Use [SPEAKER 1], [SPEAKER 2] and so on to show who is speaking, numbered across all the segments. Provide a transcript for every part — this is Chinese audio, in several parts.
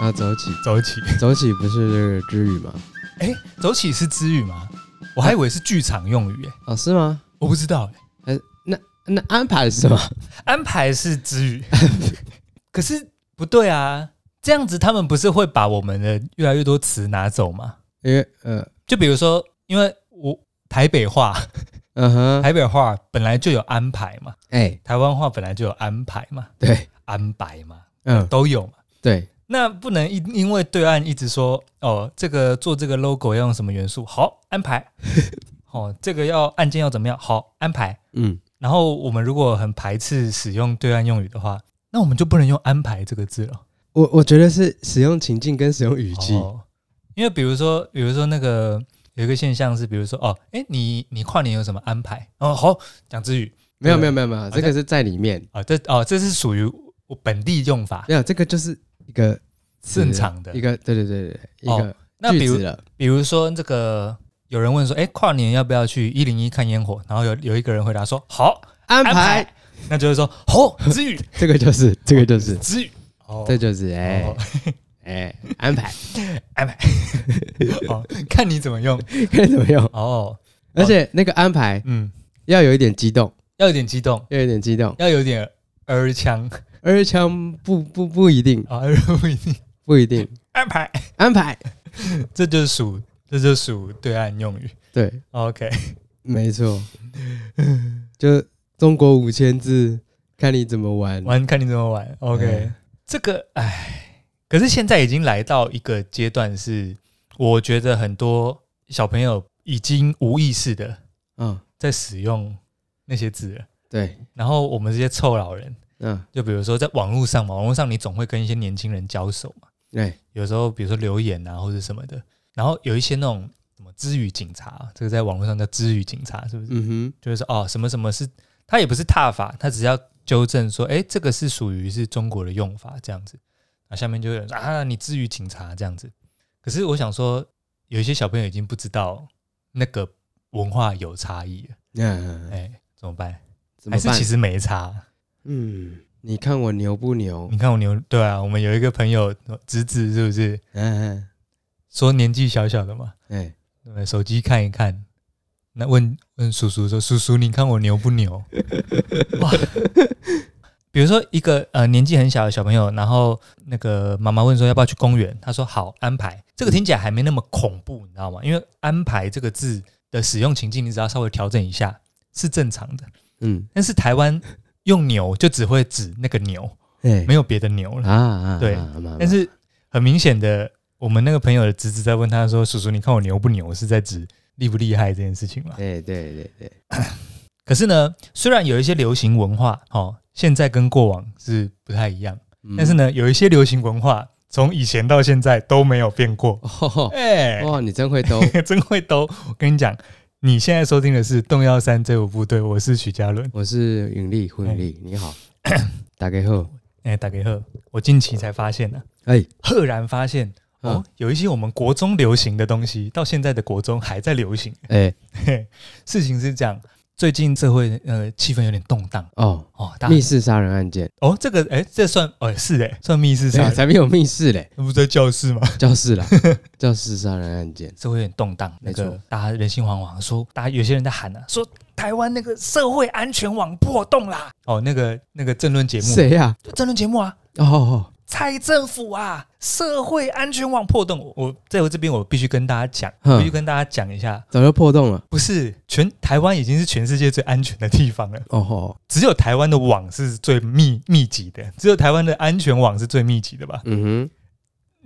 [SPEAKER 1] 啊，走起，
[SPEAKER 2] 走起，
[SPEAKER 1] 走起不是这个之语吗？
[SPEAKER 2] 哎、走起是词语吗？我还以为是剧场用语、哎，
[SPEAKER 1] 哦，是吗？
[SPEAKER 2] 我不知道、哎
[SPEAKER 1] 那安排是什么？
[SPEAKER 2] 安排是词语， 可是不对啊，这样子他们不是会把我们的越来越多词拿走吗？
[SPEAKER 1] 因为呃，
[SPEAKER 2] 就比如说，因为我台北 话，
[SPEAKER 1] 嗯哼，
[SPEAKER 2] 台北话本来就有安排嘛，
[SPEAKER 1] 哎，
[SPEAKER 2] 台湾话本来就有安排嘛，
[SPEAKER 1] 对，
[SPEAKER 2] 安排嘛，
[SPEAKER 1] 嗯，
[SPEAKER 2] 都有嘛。
[SPEAKER 1] 对，
[SPEAKER 2] 那不能因因为对岸一直说哦，这个做这个 logo 要用什么元素，好安 排，哦，这个要按键要怎么样，好安排。
[SPEAKER 1] 嗯，
[SPEAKER 2] 然后我们如果很排斥使用对岸用语的话，那我们就不能用安排这个字了。
[SPEAKER 1] 我我觉得是使用情境跟使用语气，
[SPEAKER 2] 哦，因为比如说，比如说那个有一个现象是，比如说哦，哎，你你跨年有什么安排？哦，好，讲之语
[SPEAKER 1] 没有
[SPEAKER 2] 对
[SPEAKER 1] 没有没有没有，这个是在里面，
[SPEAKER 2] 啊、这哦，这是属于我本地用法，
[SPEAKER 1] 没有这个就是一个词
[SPEAKER 2] 正常的
[SPEAKER 1] 一。个，对对对对，一
[SPEAKER 2] 哦
[SPEAKER 1] 个
[SPEAKER 2] 那比
[SPEAKER 1] 句
[SPEAKER 2] 如
[SPEAKER 1] 子啊了，
[SPEAKER 2] 比如说这个有人问说，哎，跨年要不要去一零一看烟火？然后有有一个人回答说，好，
[SPEAKER 1] 安
[SPEAKER 2] 安
[SPEAKER 1] 排，
[SPEAKER 2] 排，那就是说，好，之语，
[SPEAKER 1] 这个就是这个就是
[SPEAKER 2] 之语，哦，
[SPEAKER 1] 这就是哎
[SPEAKER 2] 哦，
[SPEAKER 1] 哎安排，
[SPEAKER 2] 安排，哦，看你怎么用，
[SPEAKER 1] 看怎么用，
[SPEAKER 2] 哦，
[SPEAKER 1] 而且那个安排
[SPEAKER 2] 嗯，
[SPEAKER 1] 要有一点激动，
[SPEAKER 2] 要有点激动，
[SPEAKER 1] 要有一点激动，
[SPEAKER 2] 要有点儿腔
[SPEAKER 1] 二枪不不不一定
[SPEAKER 2] 啊，如不一定
[SPEAKER 1] 不一定
[SPEAKER 2] 安排，
[SPEAKER 1] 安排，
[SPEAKER 2] 这就是属，这就属对岸用语。
[SPEAKER 1] 对，
[SPEAKER 2] OK，
[SPEAKER 1] 没错， 就中国五千字，看你怎么玩。
[SPEAKER 2] 玩看你怎么玩。OK，、
[SPEAKER 1] 嗯
[SPEAKER 2] 这个哎，可是现在已经来到一个阶段是，我觉得很多小朋友已经无意识的
[SPEAKER 1] 嗯，
[SPEAKER 2] 在使用那些字了。
[SPEAKER 1] 对，
[SPEAKER 2] 然后我们这些臭老人，
[SPEAKER 1] 嗯，
[SPEAKER 2] 就比如说在网络上嘛，网络上你总会跟一些年轻人交手嘛，
[SPEAKER 1] 对，
[SPEAKER 2] 有时候比如说留言啊或者什么的，然后有一些那种什么知语警察，这个在网络上叫知语警察，是不是？
[SPEAKER 1] 嗯
[SPEAKER 2] 就是说哦，什么什么是，他也不是踏法，他只要纠正说，哎，这个是属于是中国的用法这样子。啊，下面就有人说啊，你至于警察这样子。可是我想说，有一些小朋友已经不知道那个文化有差异了，
[SPEAKER 1] 哼，嗯，
[SPEAKER 2] 哎，怎么办？
[SPEAKER 1] 怎
[SPEAKER 2] 还
[SPEAKER 1] 么
[SPEAKER 2] 是
[SPEAKER 1] 办
[SPEAKER 2] 其？实没差。
[SPEAKER 1] 嗯，你看我牛不牛？
[SPEAKER 2] 你看我牛，对啊，我们有一个朋友侄子是不是
[SPEAKER 1] 嗯，嗯
[SPEAKER 2] 说年纪小小的嘛，
[SPEAKER 1] 哎，
[SPEAKER 2] 对不对手机看一看，那问问叔叔说：“叔叔，你看我牛不牛？” 哇！比如说一个呃年纪很小的小朋友，然后那个妈妈问说要不要去公园，他说好安排。这个听起来还没那么恐怖，你知道吗？因为安排这个字的使用情境，你只要稍微调整一下是正常的。
[SPEAKER 1] 嗯，
[SPEAKER 2] 但是台湾用牛就只会指那个牛，
[SPEAKER 1] 哎，
[SPEAKER 2] 没有别的牛了。
[SPEAKER 1] 啊啊，
[SPEAKER 2] 对
[SPEAKER 1] 啊，啊
[SPEAKER 2] 但是很明显的，我们那个朋友的侄子在问他说：“叔叔，你看我牛不牛？”是在指厉不厉害这件事情嘛？
[SPEAKER 1] 哎，对对对，
[SPEAKER 2] 可是呢，虽然有一些流行文化，哦，现在跟过往是不太一样，
[SPEAKER 1] 嗯
[SPEAKER 2] 但是，呢，有一些流行文化从以前到现在都没有变过。
[SPEAKER 1] 哦，
[SPEAKER 2] 哎、
[SPEAKER 1] 哇，你真会兜，
[SPEAKER 2] 真会兜！我跟你讲，你现在收听的是《动幺三这五部队》，我是许嘉伦。
[SPEAKER 1] 我是云丽，胡云丽，你好，打给后，
[SPEAKER 2] 哎、打给贺，我近期才发现呢、啊
[SPEAKER 1] 哎，
[SPEAKER 2] 赫然发现哦
[SPEAKER 1] 嗯，
[SPEAKER 2] 有一些我们国中流行的东西，到现在的国中还在流行。
[SPEAKER 1] 哎，
[SPEAKER 2] 事情是这样，最近社会呃气氛有点动荡
[SPEAKER 1] 哦，
[SPEAKER 2] 哦，大家
[SPEAKER 1] 密室杀人案件，
[SPEAKER 2] 哦这个哎这算哦是哎算密室杀
[SPEAKER 1] 哎
[SPEAKER 2] 人，
[SPEAKER 1] 才没有密室嘞，
[SPEAKER 2] 那不是在教室吗？
[SPEAKER 1] 教室 啦，教室杀人案件，
[SPEAKER 2] 社会有点动荡，那
[SPEAKER 1] 没
[SPEAKER 2] 个
[SPEAKER 1] 错
[SPEAKER 2] 大家人心惶惶，说大家有些人在喊啊，说台湾那个社会安全网破洞啦，哦那个那个政论节目，
[SPEAKER 1] 谁呀？
[SPEAKER 2] 就政论节目啊，
[SPEAKER 1] 哦哦，
[SPEAKER 2] 蔡政府啊，社会安全网破洞，我我在我这边我必须跟大家讲，
[SPEAKER 1] 嗯
[SPEAKER 2] 必须跟大家讲一下。
[SPEAKER 1] 早就破洞了。
[SPEAKER 2] 不是全台湾已经是全世界最安全的地方了，
[SPEAKER 1] 哦吼，
[SPEAKER 2] 只有台湾的网是最密密集的，只有台湾的安全网是最密集的吧？
[SPEAKER 1] 嗯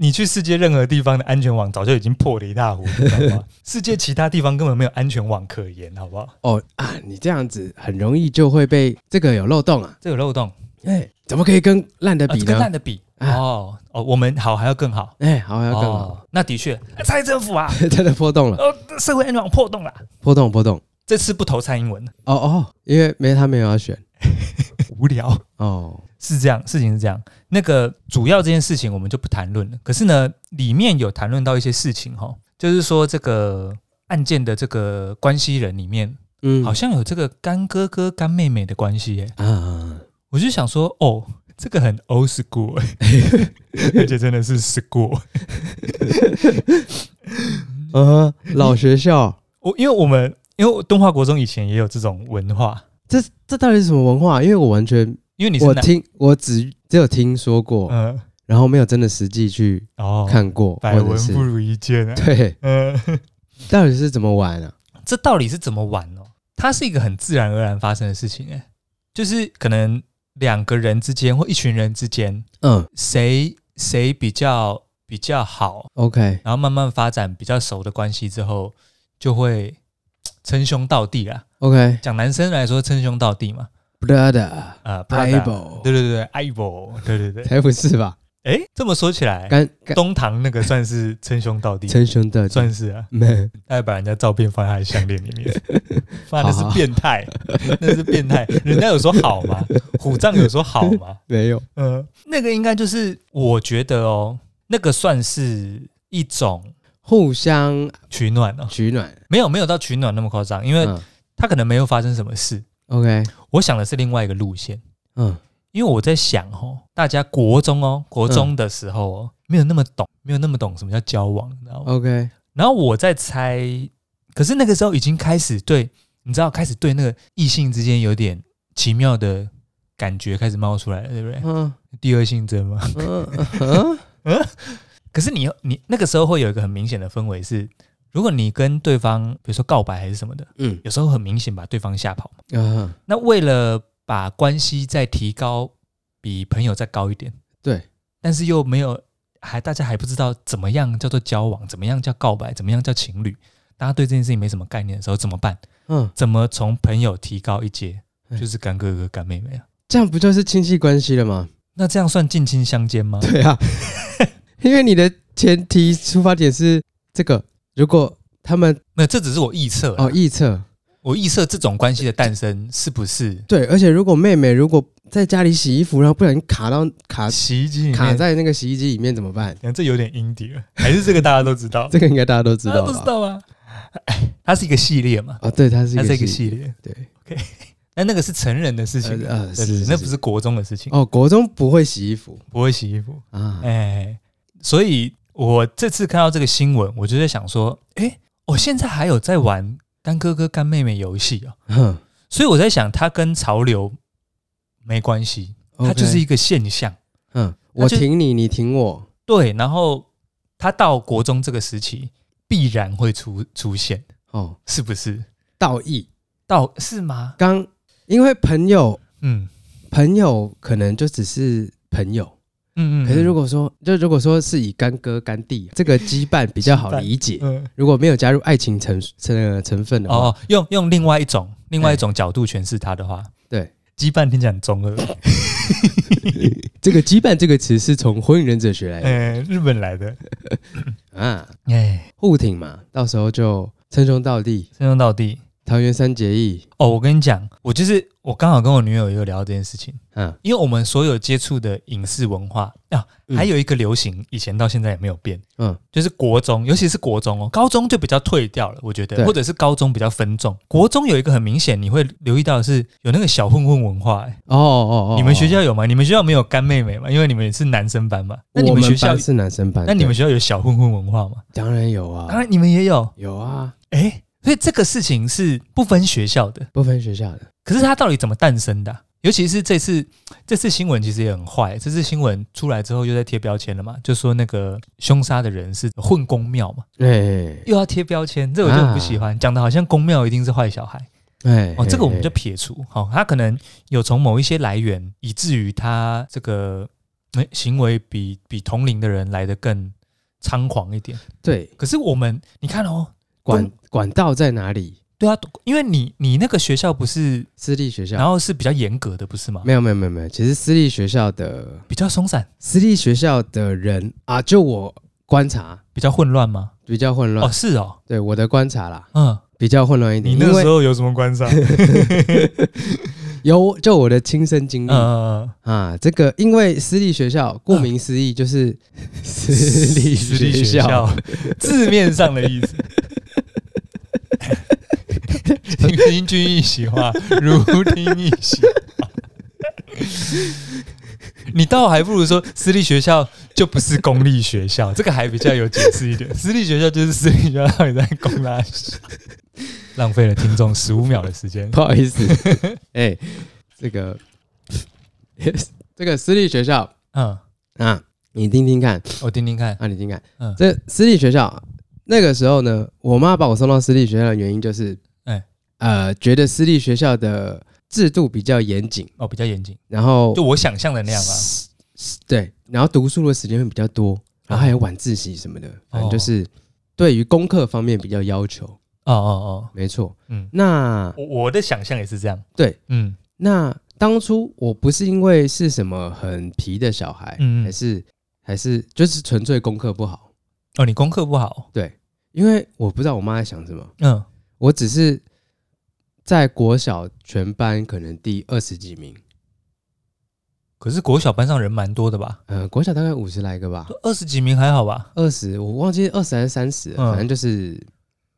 [SPEAKER 2] 你去世界任何地方的安全网早就已经破得一塌糊涂，你 知道吗世界其他地方根本没有安全网可言，好不好？
[SPEAKER 1] 哼，哦啊，你这样子很容易就会被这个有漏洞啊！
[SPEAKER 2] 这有漏洞，
[SPEAKER 1] 哎，怎么可以跟烂的
[SPEAKER 2] 啊
[SPEAKER 1] 比
[SPEAKER 2] 这跟
[SPEAKER 1] 呢
[SPEAKER 2] 烂？的比、
[SPEAKER 1] 啊
[SPEAKER 2] 哦哦，我们好还要更好，
[SPEAKER 1] 哎，好要更好，
[SPEAKER 2] 哦、那的确，蔡政府啊，
[SPEAKER 1] 真的破洞了，
[SPEAKER 2] 呃，社会安全网破洞啦，
[SPEAKER 1] 破洞破洞。
[SPEAKER 2] 这次不投蔡英文了，
[SPEAKER 1] 哦哦，因为没他没有要选
[SPEAKER 2] 无聊。
[SPEAKER 1] 哦。
[SPEAKER 2] 是这样，事情是这样。那个主要这件事情我们就不谈论了。可是呢，里面有谈论到一些事情哈，就是说这个案件的这个关系人里面，
[SPEAKER 1] 嗯，
[SPEAKER 2] 好像有这个干哥哥、干妹妹的关系耶。
[SPEAKER 1] 啊啊，啊
[SPEAKER 2] 我就想说，哦，这个很 old school，、欸、 而且真的是 school。
[SPEAKER 1] 嗯哼，老学校，
[SPEAKER 2] 我因为我们因为东华国中以前也有这种文化，
[SPEAKER 1] 这这到底是什么文化？因为我完全
[SPEAKER 2] 因为你是
[SPEAKER 1] 我
[SPEAKER 2] 南
[SPEAKER 1] 听我只只有听说过，
[SPEAKER 2] 嗯
[SPEAKER 1] 然后没有真的实际去
[SPEAKER 2] 哦，
[SPEAKER 1] 看过，
[SPEAKER 2] 百
[SPEAKER 1] 或者
[SPEAKER 2] 闻
[SPEAKER 1] 是
[SPEAKER 2] 不如一见啊。
[SPEAKER 1] 对，
[SPEAKER 2] 嗯，
[SPEAKER 1] 到底是怎么玩啊？
[SPEAKER 2] 这到底是怎么玩哦？它是一个很自然而然发生的事情、欸，就是可能两个人之间或一群人之间，
[SPEAKER 1] 嗯
[SPEAKER 2] 谁谁比较比较好，
[SPEAKER 1] ，OK，
[SPEAKER 2] 然后慢慢发展比较熟的关系之后，就会嘖称兄道弟啊。
[SPEAKER 1] OK，
[SPEAKER 2] 讲男生来说，称兄道弟嘛，
[SPEAKER 1] brother，
[SPEAKER 2] 啊、b r o t h
[SPEAKER 1] Bible，
[SPEAKER 2] 对对对 i b o 对 对对。
[SPEAKER 1] 才不是吧？
[SPEAKER 2] 哎，这么说起来，
[SPEAKER 1] 干干
[SPEAKER 2] 东堂那个算是称兄道弟，
[SPEAKER 1] 称兄道弟，
[SPEAKER 2] 算是啊，
[SPEAKER 1] 没
[SPEAKER 2] 他还把人家照片放在他的项链里 面，妈那是
[SPEAKER 1] 好好
[SPEAKER 2] 变态，那是变态。人家有说好 吗？虎杖有说好吗？
[SPEAKER 1] 没有，
[SPEAKER 2] 嗯，那个应该就是我觉得哦，那个算是一种
[SPEAKER 1] 互相
[SPEAKER 2] 取暖哦，
[SPEAKER 1] 取暖。
[SPEAKER 2] 没有没有到取暖那么夸张，因为
[SPEAKER 1] 嗯
[SPEAKER 2] 他可能没有发生什么事。
[SPEAKER 1] ，OK，
[SPEAKER 2] 我想的是另外一个路线，
[SPEAKER 1] 嗯，
[SPEAKER 2] 因为我在想哦，大家国中哦，国
[SPEAKER 1] 嗯
[SPEAKER 2] 中的时候哦，没有那么懂，没有那么懂什么叫交往，你知道吗？
[SPEAKER 1] OK，
[SPEAKER 2] 然后我在猜，可是那个时候已经开始对，你知道，开始对那个异性之间有点奇妙的感觉开始冒出来了，对不对？
[SPEAKER 1] 嗯
[SPEAKER 2] 第二性征嘛。
[SPEAKER 1] 嗯嗯
[SPEAKER 2] 可是你你那个时候会有一个很明显的氛围是，如果你跟对方比如说告白还是什么的，
[SPEAKER 1] 嗯
[SPEAKER 2] 有时候很明显把对方吓跑嘛。
[SPEAKER 1] 嗯，
[SPEAKER 2] 那为了把关系再提高，比朋友再高一点，
[SPEAKER 1] 对，
[SPEAKER 2] 但是又没有还大家还不知道怎么样叫做交往，怎么样叫告白，怎么样叫情侣，大家对这件事情没什么概念的时候怎么办？
[SPEAKER 1] 嗯，
[SPEAKER 2] 怎么从朋友提高一阶，
[SPEAKER 1] 嗯
[SPEAKER 2] 就是干哥哥干妹妹啊？
[SPEAKER 1] 这样不就是亲戚关系了吗？
[SPEAKER 2] 那这样算近亲相奸吗？
[SPEAKER 1] 对啊， 因为你的前提出发点是这个，如果他们
[SPEAKER 2] 那这只是我臆测啦啊
[SPEAKER 1] 哦臆测，
[SPEAKER 2] 我臆测这种关系的诞生是不是
[SPEAKER 1] 对，而且如果妹妹如果在家里洗衣服，然后不小心卡到卡
[SPEAKER 2] 洗衣机里面
[SPEAKER 1] 啊卡？在那个洗衣机里面怎么办？？
[SPEAKER 2] 你看这有点阴底了，还是这个大家都知 道
[SPEAKER 1] 这个应该大家都知
[SPEAKER 2] 大家
[SPEAKER 1] 道
[SPEAKER 2] 都知
[SPEAKER 1] 吧？
[SPEAKER 2] 道吗？ 哎它是一个系列嘛，
[SPEAKER 1] 哦，对，它是一
[SPEAKER 2] 它
[SPEAKER 1] 个
[SPEAKER 2] 是一个
[SPEAKER 1] 系
[SPEAKER 2] 系列。
[SPEAKER 1] 对，
[SPEAKER 2] 那那个是成人的事情，
[SPEAKER 1] 呃呃
[SPEAKER 2] 对
[SPEAKER 1] 是
[SPEAKER 2] 对
[SPEAKER 1] 是
[SPEAKER 2] 对
[SPEAKER 1] 是
[SPEAKER 2] 那不是国中的事情，
[SPEAKER 1] 哦，国中不会洗衣服
[SPEAKER 2] 不会洗衣服。
[SPEAKER 1] 啊，
[SPEAKER 2] 哎，所以我这次看到这个新闻，我就在想说，哎，我现在还有在玩干哥哥干妹妹游戏哦，
[SPEAKER 1] 哼，
[SPEAKER 2] 所以我在想，它跟潮流没关系，它
[SPEAKER 1] OK
[SPEAKER 2] 就是一个现象。
[SPEAKER 1] 嗯，
[SPEAKER 2] 那
[SPEAKER 1] 我
[SPEAKER 2] 就
[SPEAKER 1] 挺你，你挺我，
[SPEAKER 2] 对，然后它到国中这个时期必然会出出现，
[SPEAKER 1] 哦，
[SPEAKER 2] 是不是？
[SPEAKER 1] 道义
[SPEAKER 2] 到是吗？
[SPEAKER 1] 刚因为朋友
[SPEAKER 2] 嗯
[SPEAKER 1] 朋友可能就只是朋友，
[SPEAKER 2] 嗯嗯。
[SPEAKER 1] 可是如果说就如果说是以干哥干弟这个羁绊比较好理解，
[SPEAKER 2] 嗯
[SPEAKER 1] 如果没有加入爱情成成呃成分的话，
[SPEAKER 2] 哦，用用另外一种另外一种角度诠释它的话，
[SPEAKER 1] 对，
[SPEAKER 2] 羁绊听起来很中二。
[SPEAKER 1] 这个羁绊这个词是从《火影忍者》学来的、
[SPEAKER 2] 嗯，日本来的，
[SPEAKER 1] 啊，
[SPEAKER 2] 哎，
[SPEAKER 1] 互挺嘛，到时候就称兄道弟，
[SPEAKER 2] 称兄道弟。
[SPEAKER 1] 桃园三结义，
[SPEAKER 2] 哦，我跟你讲，我就是我刚好跟我女友也有聊到这件事情，
[SPEAKER 1] 啊，
[SPEAKER 2] 因为我们所有接触的影视文化啊，
[SPEAKER 1] 嗯
[SPEAKER 2] 还有一个流行，以前到现在也没有变，
[SPEAKER 1] 嗯，
[SPEAKER 2] 就是国中，尤其是国中哦，高中就比较退掉了，我觉得，
[SPEAKER 1] 对
[SPEAKER 2] 或者是高中比较分众。国中有一个很明显，你会留意到的是有那个小混混文化、哎
[SPEAKER 1] 哦哦哦，
[SPEAKER 2] 你们学校有吗？你们学校没有干妹妹吗？因为你们是男生班嘛。那你
[SPEAKER 1] 我
[SPEAKER 2] 们
[SPEAKER 1] 们
[SPEAKER 2] 学校
[SPEAKER 1] 班，是男生班，
[SPEAKER 2] 那你
[SPEAKER 1] 对
[SPEAKER 2] 们学校有小混混文化吗？
[SPEAKER 1] 当然有啊，
[SPEAKER 2] 当然，你们也有。
[SPEAKER 1] 有啊，
[SPEAKER 2] 哎、所以这个事情是不分学校的。
[SPEAKER 1] 不分学校的，
[SPEAKER 2] 可是它到底怎么诞生的啊、尤其是这次，这次新闻其实也很坏。这次新闻出来之后，又在贴标签了嘛，就说那个凶杀的人是混公庙嘛，
[SPEAKER 1] 哎
[SPEAKER 2] 又要贴标签，这我就很不喜欢。讲的好像公庙一定是坏小孩
[SPEAKER 1] 哎，
[SPEAKER 2] 哦，这个我们
[SPEAKER 1] 哎
[SPEAKER 2] 就撇除。好、他可能有从某一些来源，以至于他这个、呃行为比比同龄的人来的更猖狂一点。
[SPEAKER 1] 对
[SPEAKER 2] 可是我们，你看哦，
[SPEAKER 1] 管管道在哪里？
[SPEAKER 2] 对啊，因为你你那个学校不是，
[SPEAKER 1] 私立学校
[SPEAKER 2] 然。后是比较严格的，不是吗？
[SPEAKER 1] 没有没有没有没有，其实私立学校的
[SPEAKER 2] 比较松散，
[SPEAKER 1] 私立学校的人啊，就我观察
[SPEAKER 2] 比较混乱吗？
[SPEAKER 1] 比较混乱，
[SPEAKER 2] 哦，是哦，
[SPEAKER 1] 对我的观察啦，
[SPEAKER 2] 嗯，
[SPEAKER 1] 比较混乱一点。因为
[SPEAKER 2] 候有什么观察？
[SPEAKER 1] 有就我的亲身经历、
[SPEAKER 2] 呃，
[SPEAKER 1] 啊，这个因为私立学校，顾名思义就是 私立学校，
[SPEAKER 2] 字面上的意思。听听君一席话，如听一席话。你倒还不如说私立学校就不是公立学校，这个还比较有解释 一点。私立学校就是私立学校，到底在公拉小？浪费了听众十五秒的时间。
[SPEAKER 1] 不好意 思，哎、这个这个私立学校
[SPEAKER 2] 嗯，
[SPEAKER 1] 啊，你听听看
[SPEAKER 2] 我听听看。
[SPEAKER 1] 啊，你听看，
[SPEAKER 2] 嗯
[SPEAKER 1] 这私立学校那个时候呢，我妈把我送到私立学校的原因就是，
[SPEAKER 2] 哎
[SPEAKER 1] 呃，觉得私立学校的制度比较严谨，
[SPEAKER 2] 哦，比较严谨，
[SPEAKER 1] 然后
[SPEAKER 2] 就我想象的那样啊。哦
[SPEAKER 1] 对，然后读书的时间会比较多，然后还有晚自习什么的，反正就是对于功课方面比较要求，
[SPEAKER 2] 哦哦哦，
[SPEAKER 1] 没错。
[SPEAKER 2] 嗯，
[SPEAKER 1] 那
[SPEAKER 2] 我我的想象也是这样。
[SPEAKER 1] 对，
[SPEAKER 2] 嗯
[SPEAKER 1] 那当初我不是因为是什么很皮的小孩，
[SPEAKER 2] 嗯嗯
[SPEAKER 1] 还是还是就是纯粹功课不好，
[SPEAKER 2] 哦，你功课不好。
[SPEAKER 1] 因为我不知道我妈在想什么，
[SPEAKER 2] 嗯
[SPEAKER 1] 我只是在国小全班可能第二十几名，
[SPEAKER 2] 可是国小班上人蛮多的吧？
[SPEAKER 1] 呃，国小大概五十来个吧，
[SPEAKER 2] 二十几名还好吧？
[SPEAKER 1] 二十我忘记二十还是三十、
[SPEAKER 2] 嗯
[SPEAKER 1] 反正就是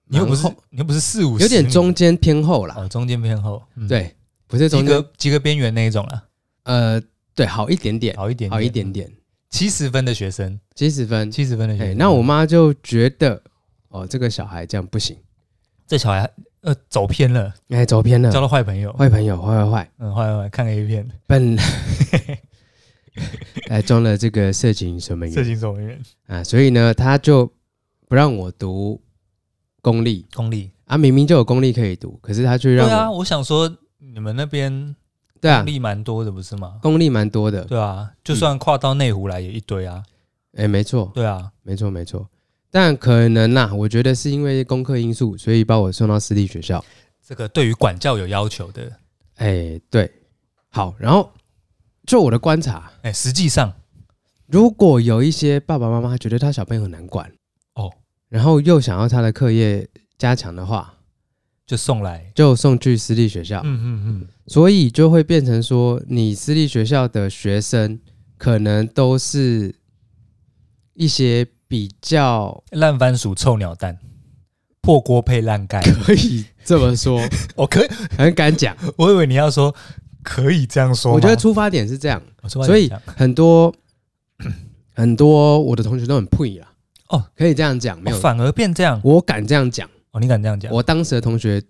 [SPEAKER 2] 你又不是
[SPEAKER 1] 蛮后
[SPEAKER 2] 你又不是四五十，
[SPEAKER 1] 有点中间偏后啦，
[SPEAKER 2] 哦，中间偏后。嗯，
[SPEAKER 1] 对，不是
[SPEAKER 2] 及
[SPEAKER 1] 中
[SPEAKER 2] 格
[SPEAKER 1] 间，
[SPEAKER 2] 及格边缘那一种啦，
[SPEAKER 1] 呃，对，好一点点，
[SPEAKER 2] 好一点，嗯
[SPEAKER 1] 好一点，点，
[SPEAKER 2] 七十分的学生，
[SPEAKER 1] 七十分。
[SPEAKER 2] 七十分的学
[SPEAKER 1] 哎，
[SPEAKER 2] 生。
[SPEAKER 1] 那我妈就觉得，哦，这个小孩这样不行，
[SPEAKER 2] 这小孩呃走偏了，
[SPEAKER 1] 哎，走偏了
[SPEAKER 2] 交，到嗯坏朋友，
[SPEAKER 1] 坏朋友，坏坏坏，
[SPEAKER 2] 嗯，坏坏看 A 片，
[SPEAKER 1] 笨，哎，装了这个色情守门
[SPEAKER 2] 色
[SPEAKER 1] 员
[SPEAKER 2] 情守门员，
[SPEAKER 1] 啊，所以呢，她就不让我读公立
[SPEAKER 2] 公立。
[SPEAKER 1] 啊，明明就有公立可以读，可是她却
[SPEAKER 2] 对
[SPEAKER 1] 让
[SPEAKER 2] 啊，
[SPEAKER 1] 我，
[SPEAKER 2] 我想说你们那边
[SPEAKER 1] 对啊
[SPEAKER 2] 公，立蛮多的，不是吗？
[SPEAKER 1] 公立蛮多的，
[SPEAKER 2] 对啊，就算跨到内湖来也一堆啊。
[SPEAKER 1] 哎，没错，
[SPEAKER 2] 对啊，
[SPEAKER 1] 没错，没错。但可能啦、我觉得是因为功课因素，所以把我送到私立学校。
[SPEAKER 2] 这个对于管教有要求的，
[SPEAKER 1] 哎、对，好。然后就我的观察，
[SPEAKER 2] 哎，实际上
[SPEAKER 1] 如果有一些爸爸妈妈觉得他小朋友很难管
[SPEAKER 2] 哦，
[SPEAKER 1] 然后又想要他的课业加强的话，
[SPEAKER 2] 就送来。
[SPEAKER 1] 就送去私立学校，
[SPEAKER 2] 嗯嗯嗯，
[SPEAKER 1] 所以就会变成说，你私立学校的学生可能都是一些比较
[SPEAKER 2] 烂番薯、臭鸟蛋，破锅配烂 盖。
[SPEAKER 1] 可以这么 说，
[SPEAKER 2] 我可以，
[SPEAKER 1] 很敢讲。
[SPEAKER 2] 我以为你要说可以这样说吗。
[SPEAKER 1] 我觉得出发点是这样。
[SPEAKER 2] 我说话哎
[SPEAKER 1] 所以
[SPEAKER 2] 有点像
[SPEAKER 1] 很多很多我的同学都很配啦。
[SPEAKER 2] 哦，
[SPEAKER 1] 可以这样讲，没有，
[SPEAKER 2] 哦反而变这样。
[SPEAKER 1] 我敢这样讲。
[SPEAKER 2] 哦，你敢这样讲？
[SPEAKER 1] 我当时的同学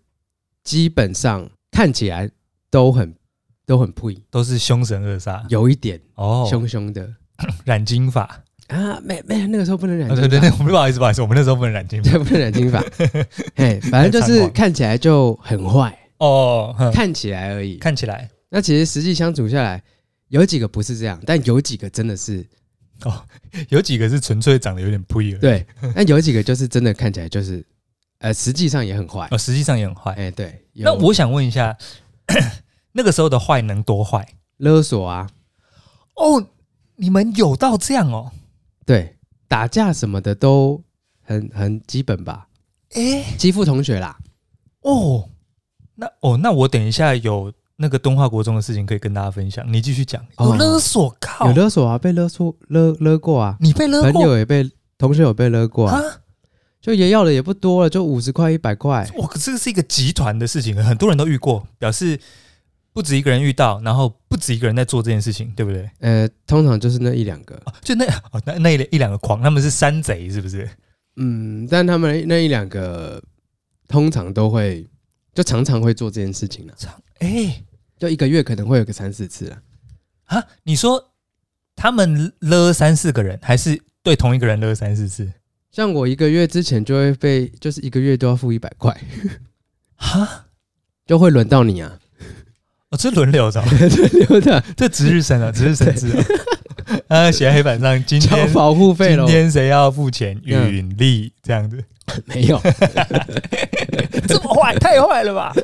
[SPEAKER 1] 基本上看起来都很都很配，
[SPEAKER 2] 都是凶神恶煞
[SPEAKER 1] 有一点
[SPEAKER 2] 哦，
[SPEAKER 1] 凶凶的、
[SPEAKER 2] 染金法。
[SPEAKER 1] 啊，没没，那个时候不能染
[SPEAKER 2] 啊
[SPEAKER 1] 金
[SPEAKER 2] 对对
[SPEAKER 1] 发，
[SPEAKER 2] 对，我们不好意思，不好意思，我们那时候不能染 金发。
[SPEAKER 1] 哦对，不能染金发。嘿，反正就
[SPEAKER 2] 太猖
[SPEAKER 1] 是
[SPEAKER 2] 狂
[SPEAKER 1] 看起来就很坏，
[SPEAKER 2] 哦，哼
[SPEAKER 1] 看起来而已。
[SPEAKER 2] 看起来
[SPEAKER 1] 那其实实际相处下来，有几个不是这样，但有几个真的是
[SPEAKER 2] 有几个是纯粹长得有点不一样，
[SPEAKER 1] 对，但有几个就是真的看起来就是，呃，实际上也很坏。
[SPEAKER 2] 哦，实际上也很坏。
[SPEAKER 1] 哎、对，
[SPEAKER 2] 那
[SPEAKER 1] 有
[SPEAKER 2] 我想问一下， 那个时候的坏能多坏？
[SPEAKER 1] 勒索啊，
[SPEAKER 2] 哦，你们有到这样哦？
[SPEAKER 1] 对，打架什么的都很很基本吧，
[SPEAKER 2] 哎，
[SPEAKER 1] 欺负同学啦，
[SPEAKER 2] 哦，那哦，那我等一下有那个敦化国中的事情可以跟大家分享，你继续讲。
[SPEAKER 1] 哦
[SPEAKER 2] 有勒索，靠，
[SPEAKER 1] 有勒索啊，被勒索勒勒过啊，
[SPEAKER 2] 你被勒
[SPEAKER 1] 朋
[SPEAKER 2] 过
[SPEAKER 1] 友也被同学有被勒过啊，
[SPEAKER 2] 啊？
[SPEAKER 1] 就也要的也不多了，就五十块一百块，
[SPEAKER 2] 哇，可这个是一个集团的事情，很多人都遇过，表示不止一个人遇到，然后不止一个人在做这件事情，对不对？
[SPEAKER 1] 呃，通常就是那一两个，
[SPEAKER 2] 啊、就那哦，那那一一两个狂，他们是山贼，是不是？
[SPEAKER 1] 嗯，但他们那一两个通常都会，就常常会做这件事情了、
[SPEAKER 2] 哎、
[SPEAKER 1] 就一个月可能会有个三四次啦，
[SPEAKER 2] 啊，你说他们勒三四个人，还是对同一个人勒三四次？
[SPEAKER 1] 像我一个月之前就会被，就是一个月都要付一百块，
[SPEAKER 2] 哈，
[SPEAKER 1] 就会轮到 你啊，
[SPEAKER 2] 哦，这轮流 的哦、
[SPEAKER 1] 对的，
[SPEAKER 2] 这值日生啊，值日生制、哦。啊，写在黑 板上，今
[SPEAKER 1] 交
[SPEAKER 2] 天
[SPEAKER 1] 保护费
[SPEAKER 2] 今
[SPEAKER 1] 喽。
[SPEAKER 2] 天谁要付钱？
[SPEAKER 1] 嗯
[SPEAKER 2] 允力这样子，
[SPEAKER 1] 没有，
[SPEAKER 2] 这么坏，太坏了吧？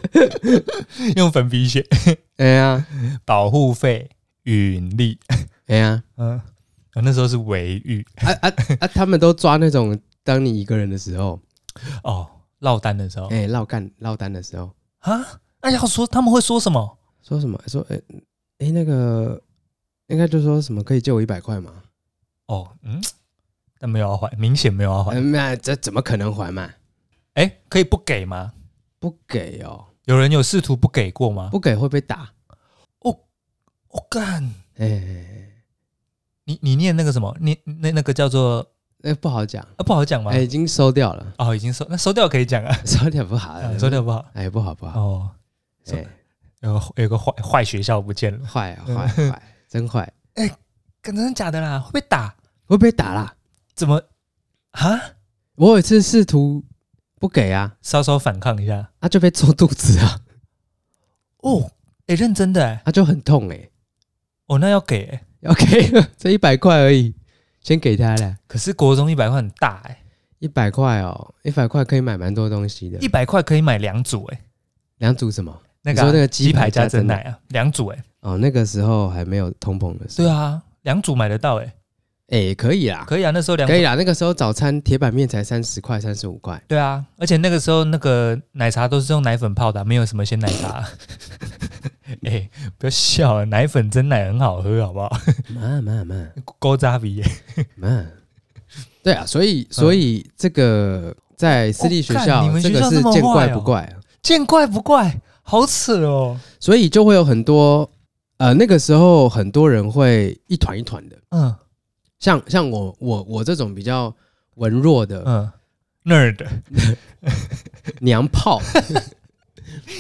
[SPEAKER 2] 用粉笔写，
[SPEAKER 1] 哎呀，
[SPEAKER 2] 保护费允力，
[SPEAKER 1] 哎呀，
[SPEAKER 2] 嗯，我那时候是维玉
[SPEAKER 1] 啊啊啊！他们都抓那种当你一个人的时候，
[SPEAKER 2] 哦，落单的时候
[SPEAKER 1] 哎，落干落单的时候，
[SPEAKER 2] 啊，那要说他们会说什么？
[SPEAKER 1] 说什么？说哎哎那个，应该就说什么可以借我一百块吗？
[SPEAKER 2] 哦，嗯，但没有要还，明显没有要还。
[SPEAKER 1] 嗯，那这怎么可能还嘛？
[SPEAKER 2] 哎、可以不给吗？
[SPEAKER 1] 不给哦，
[SPEAKER 2] 有人有试图不给过吗？
[SPEAKER 1] 不给会被打。
[SPEAKER 2] 我、干，
[SPEAKER 1] 哎，
[SPEAKER 2] 你你念那个什么？你那那个叫做
[SPEAKER 1] 哎、不好讲，
[SPEAKER 2] 啊，不好讲吗？
[SPEAKER 1] 哎、已经收掉 了，
[SPEAKER 2] 哦，已经收那收掉可以讲啊，
[SPEAKER 1] 收掉不好
[SPEAKER 2] 啊，收掉不好
[SPEAKER 1] 哎、不好不好，
[SPEAKER 2] 哦，收
[SPEAKER 1] 哎、
[SPEAKER 2] 有个有个坏坏学校不见了，
[SPEAKER 1] 坏啊坏坏， 真坏，
[SPEAKER 2] 干真的假的啦？会被打？
[SPEAKER 1] 会被打啦。
[SPEAKER 2] 怎么啊？
[SPEAKER 1] 我有一次试图不给啊，
[SPEAKER 2] 稍稍反抗一下
[SPEAKER 1] 他、就被抽肚子啊，
[SPEAKER 2] 哦，哎、认真的哎，
[SPEAKER 1] 他、就很痛哎、
[SPEAKER 2] 哦，那要给哎，
[SPEAKER 1] 要给了， 这一百块而已，先给他了。
[SPEAKER 2] 可是国中一百块很大哎，
[SPEAKER 1] 一百块哦，一百块可以买蛮多东西的
[SPEAKER 2] 一。百块可以买两组哎，
[SPEAKER 1] 两组什么？
[SPEAKER 2] 那个、啊、
[SPEAKER 1] 你说那个鸡
[SPEAKER 2] 鸡
[SPEAKER 1] 排
[SPEAKER 2] 排
[SPEAKER 1] 加
[SPEAKER 2] 加
[SPEAKER 1] 真
[SPEAKER 2] 真
[SPEAKER 1] 奶
[SPEAKER 2] 奶啊，两组哎，
[SPEAKER 1] 哦，那个时候还没有通膨的时候。
[SPEAKER 2] 对啊，两组买得到哎，
[SPEAKER 1] 哎、可以啦，
[SPEAKER 2] 可以啊，那时候两组
[SPEAKER 1] 可以啦。那个时候早餐铁板面才三十块、三十五 块，
[SPEAKER 2] 对啊，而且那个时候那个奶茶都是用奶粉泡的啊、没有什么鲜奶茶 啊。哎、不要笑了，奶粉真奶很好喝，好不好？
[SPEAKER 1] 妈妈妈
[SPEAKER 2] 勾扎比耶，
[SPEAKER 1] 妈。对啊，所以所以这个在私立学校，
[SPEAKER 2] 嗯哦干你们
[SPEAKER 1] 这
[SPEAKER 2] 学
[SPEAKER 1] 个
[SPEAKER 2] 校
[SPEAKER 1] 是
[SPEAKER 2] 这么
[SPEAKER 1] 见怪
[SPEAKER 2] 坏哦
[SPEAKER 1] 不怪、啊，
[SPEAKER 2] 见怪不怪，好扯哦。
[SPEAKER 1] 所以就会有很多呃，那个时候很多人会一团一团的，
[SPEAKER 2] 嗯
[SPEAKER 1] 像像我我我这种比较文弱的
[SPEAKER 2] 嗯，nerd
[SPEAKER 1] 娘 炮，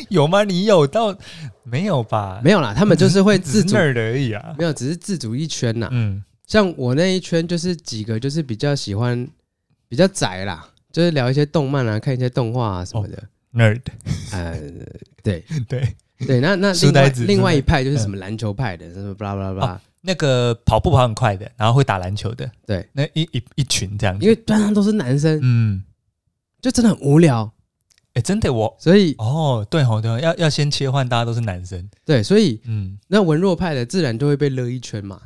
[SPEAKER 2] 有吗？你有到没有吧？
[SPEAKER 1] 没有啦，他们就是会
[SPEAKER 2] 只
[SPEAKER 1] 自主，
[SPEAKER 2] nerd 而已啊。
[SPEAKER 1] 没有，只是自主一圈呐、
[SPEAKER 2] 嗯，
[SPEAKER 1] 像我那一圈就是几个就是比较喜欢比较宅啦，就是聊一些动漫啊，看一些动画啊什么的。
[SPEAKER 2] nerd
[SPEAKER 1] 呃，
[SPEAKER 2] 对，
[SPEAKER 1] 对，那那
[SPEAKER 2] 书
[SPEAKER 1] 另外
[SPEAKER 2] 呆子
[SPEAKER 1] 另外
[SPEAKER 2] 书呆
[SPEAKER 1] 一派就是
[SPEAKER 2] 嗯
[SPEAKER 1] 什么篮球派的，什
[SPEAKER 2] 哦
[SPEAKER 1] 么巴拉巴拉巴拉，
[SPEAKER 2] 那个跑步跑很快的，然后会打篮球的，
[SPEAKER 1] 对，
[SPEAKER 2] 那一一一群这样
[SPEAKER 1] 因
[SPEAKER 2] 子。
[SPEAKER 1] 为班上都是男生，
[SPEAKER 2] 嗯，
[SPEAKER 1] 就真的很无聊。
[SPEAKER 2] 哎、真的我
[SPEAKER 1] 所以
[SPEAKER 2] 哦，对吼对吼，要要先切换，大家都是男生。
[SPEAKER 1] 对，所以
[SPEAKER 2] 嗯。
[SPEAKER 1] 那文弱派的自然就会被勒一圈嘛。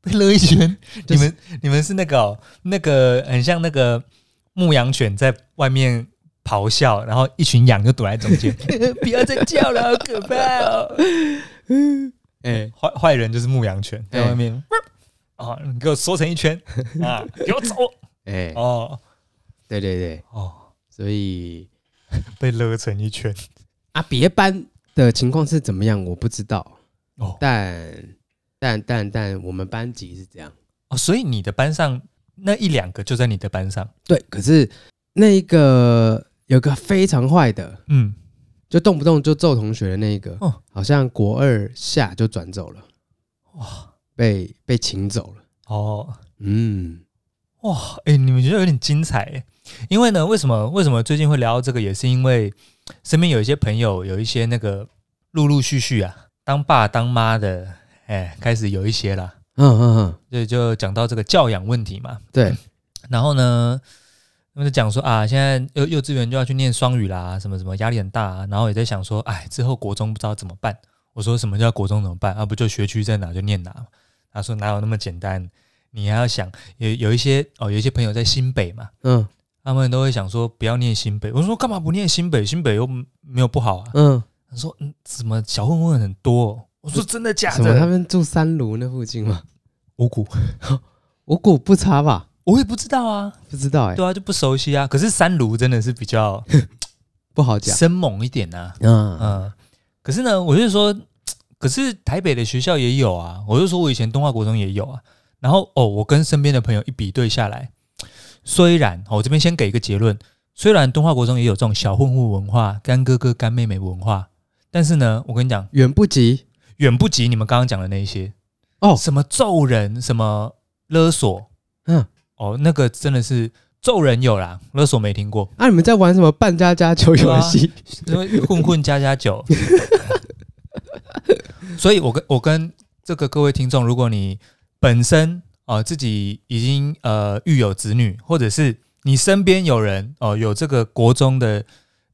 [SPEAKER 2] 被勒一 圈。
[SPEAKER 1] 就是
[SPEAKER 2] 你们你们是那个、哦、那个很像那个牧羊犬在外面咆哮，然后一群羊就躲在中间， 不要再叫了，好可怕哦！
[SPEAKER 1] 哎，
[SPEAKER 2] 坏坏人就是牧羊犬在
[SPEAKER 1] 哎
[SPEAKER 2] 外面。 啊！你给我缩成一 圈啊！给我走！
[SPEAKER 1] 哎，
[SPEAKER 2] 哦
[SPEAKER 1] 对对对，
[SPEAKER 2] 哦，
[SPEAKER 1] 所以
[SPEAKER 2] 被勒成一圈
[SPEAKER 1] 啊，别班的情况是怎么样，我不知道，
[SPEAKER 2] 哦
[SPEAKER 1] 但但但但我们班级是这样。
[SPEAKER 2] 哦！所以你的班上那一两个就在你的班上，
[SPEAKER 1] 对，可是那一个有个非常坏的，
[SPEAKER 2] 嗯，
[SPEAKER 1] 就动不动就揍同学的那一个，
[SPEAKER 2] 哦
[SPEAKER 1] 好像国二下就转走了，
[SPEAKER 2] 哇
[SPEAKER 1] 被被请走了。
[SPEAKER 2] 哦，
[SPEAKER 1] 嗯，
[SPEAKER 2] 哇，哎、你们学校有点精彩耶！因为呢，为什么为什么最近会聊到这个，也是因为身边有一些朋友，有一些那个陆陆续续啊，当爸当妈的，哎、开始有一些啦，
[SPEAKER 1] 嗯嗯嗯，
[SPEAKER 2] 就就讲到这个教养问题嘛。
[SPEAKER 1] 对，
[SPEAKER 2] 然后呢，他们就讲说啊，现在幼幼稚园就要去念双语啦，什么什么压力很大、啊，然后也在想说，哎，之后国中不知道怎么办。我说什么叫国中怎么办？啊，不就学区在哪就念哪嘛。他说哪有那么简单？你还要想有有一些哦，有一些朋友在新北嘛，
[SPEAKER 1] 嗯
[SPEAKER 2] 他们都会想说不要念新北。我说干嘛不念新北？新北又没有不好啊。
[SPEAKER 1] 嗯，
[SPEAKER 2] 他说嗯，怎么小混混很多哦、我说真的假
[SPEAKER 1] 什么？他
[SPEAKER 2] 的？
[SPEAKER 1] 们住三卢那附近吗？
[SPEAKER 2] 五谷，
[SPEAKER 1] 五股不差吧？
[SPEAKER 2] 我也不知道啊。
[SPEAKER 1] 不知道哎、
[SPEAKER 2] 对啊，就不熟悉啊。可是三卢真的是比较
[SPEAKER 1] 不好讲。
[SPEAKER 2] 生猛一点啊。
[SPEAKER 1] 嗯嗯
[SPEAKER 2] 嗯，可是呢，我就说，可是台北的学校也有啊。我就说我以前东华国中也有啊。然后哦，我跟身边的朋友一比对下来，虽然哦我这边先给一个结论，虽然东华国中也有这种小混混文化、干哥哥、干妹妹文化，但是呢，我跟你讲，
[SPEAKER 1] 远不及
[SPEAKER 2] 远不及你们刚刚讲的那一些
[SPEAKER 1] 哦
[SPEAKER 2] 什么揍人、什么勒索，
[SPEAKER 1] 嗯
[SPEAKER 2] 嗯，哦，那个真的是揍人有啦，勒索没听过。
[SPEAKER 1] 啊！你们在玩什么扮家家酒游戏？
[SPEAKER 2] 因为混混加加酒。 所以我跟我跟这个各位听众，如果你本身呃自己已经呃育有子女，或者是你身边有人哦、有这个国中的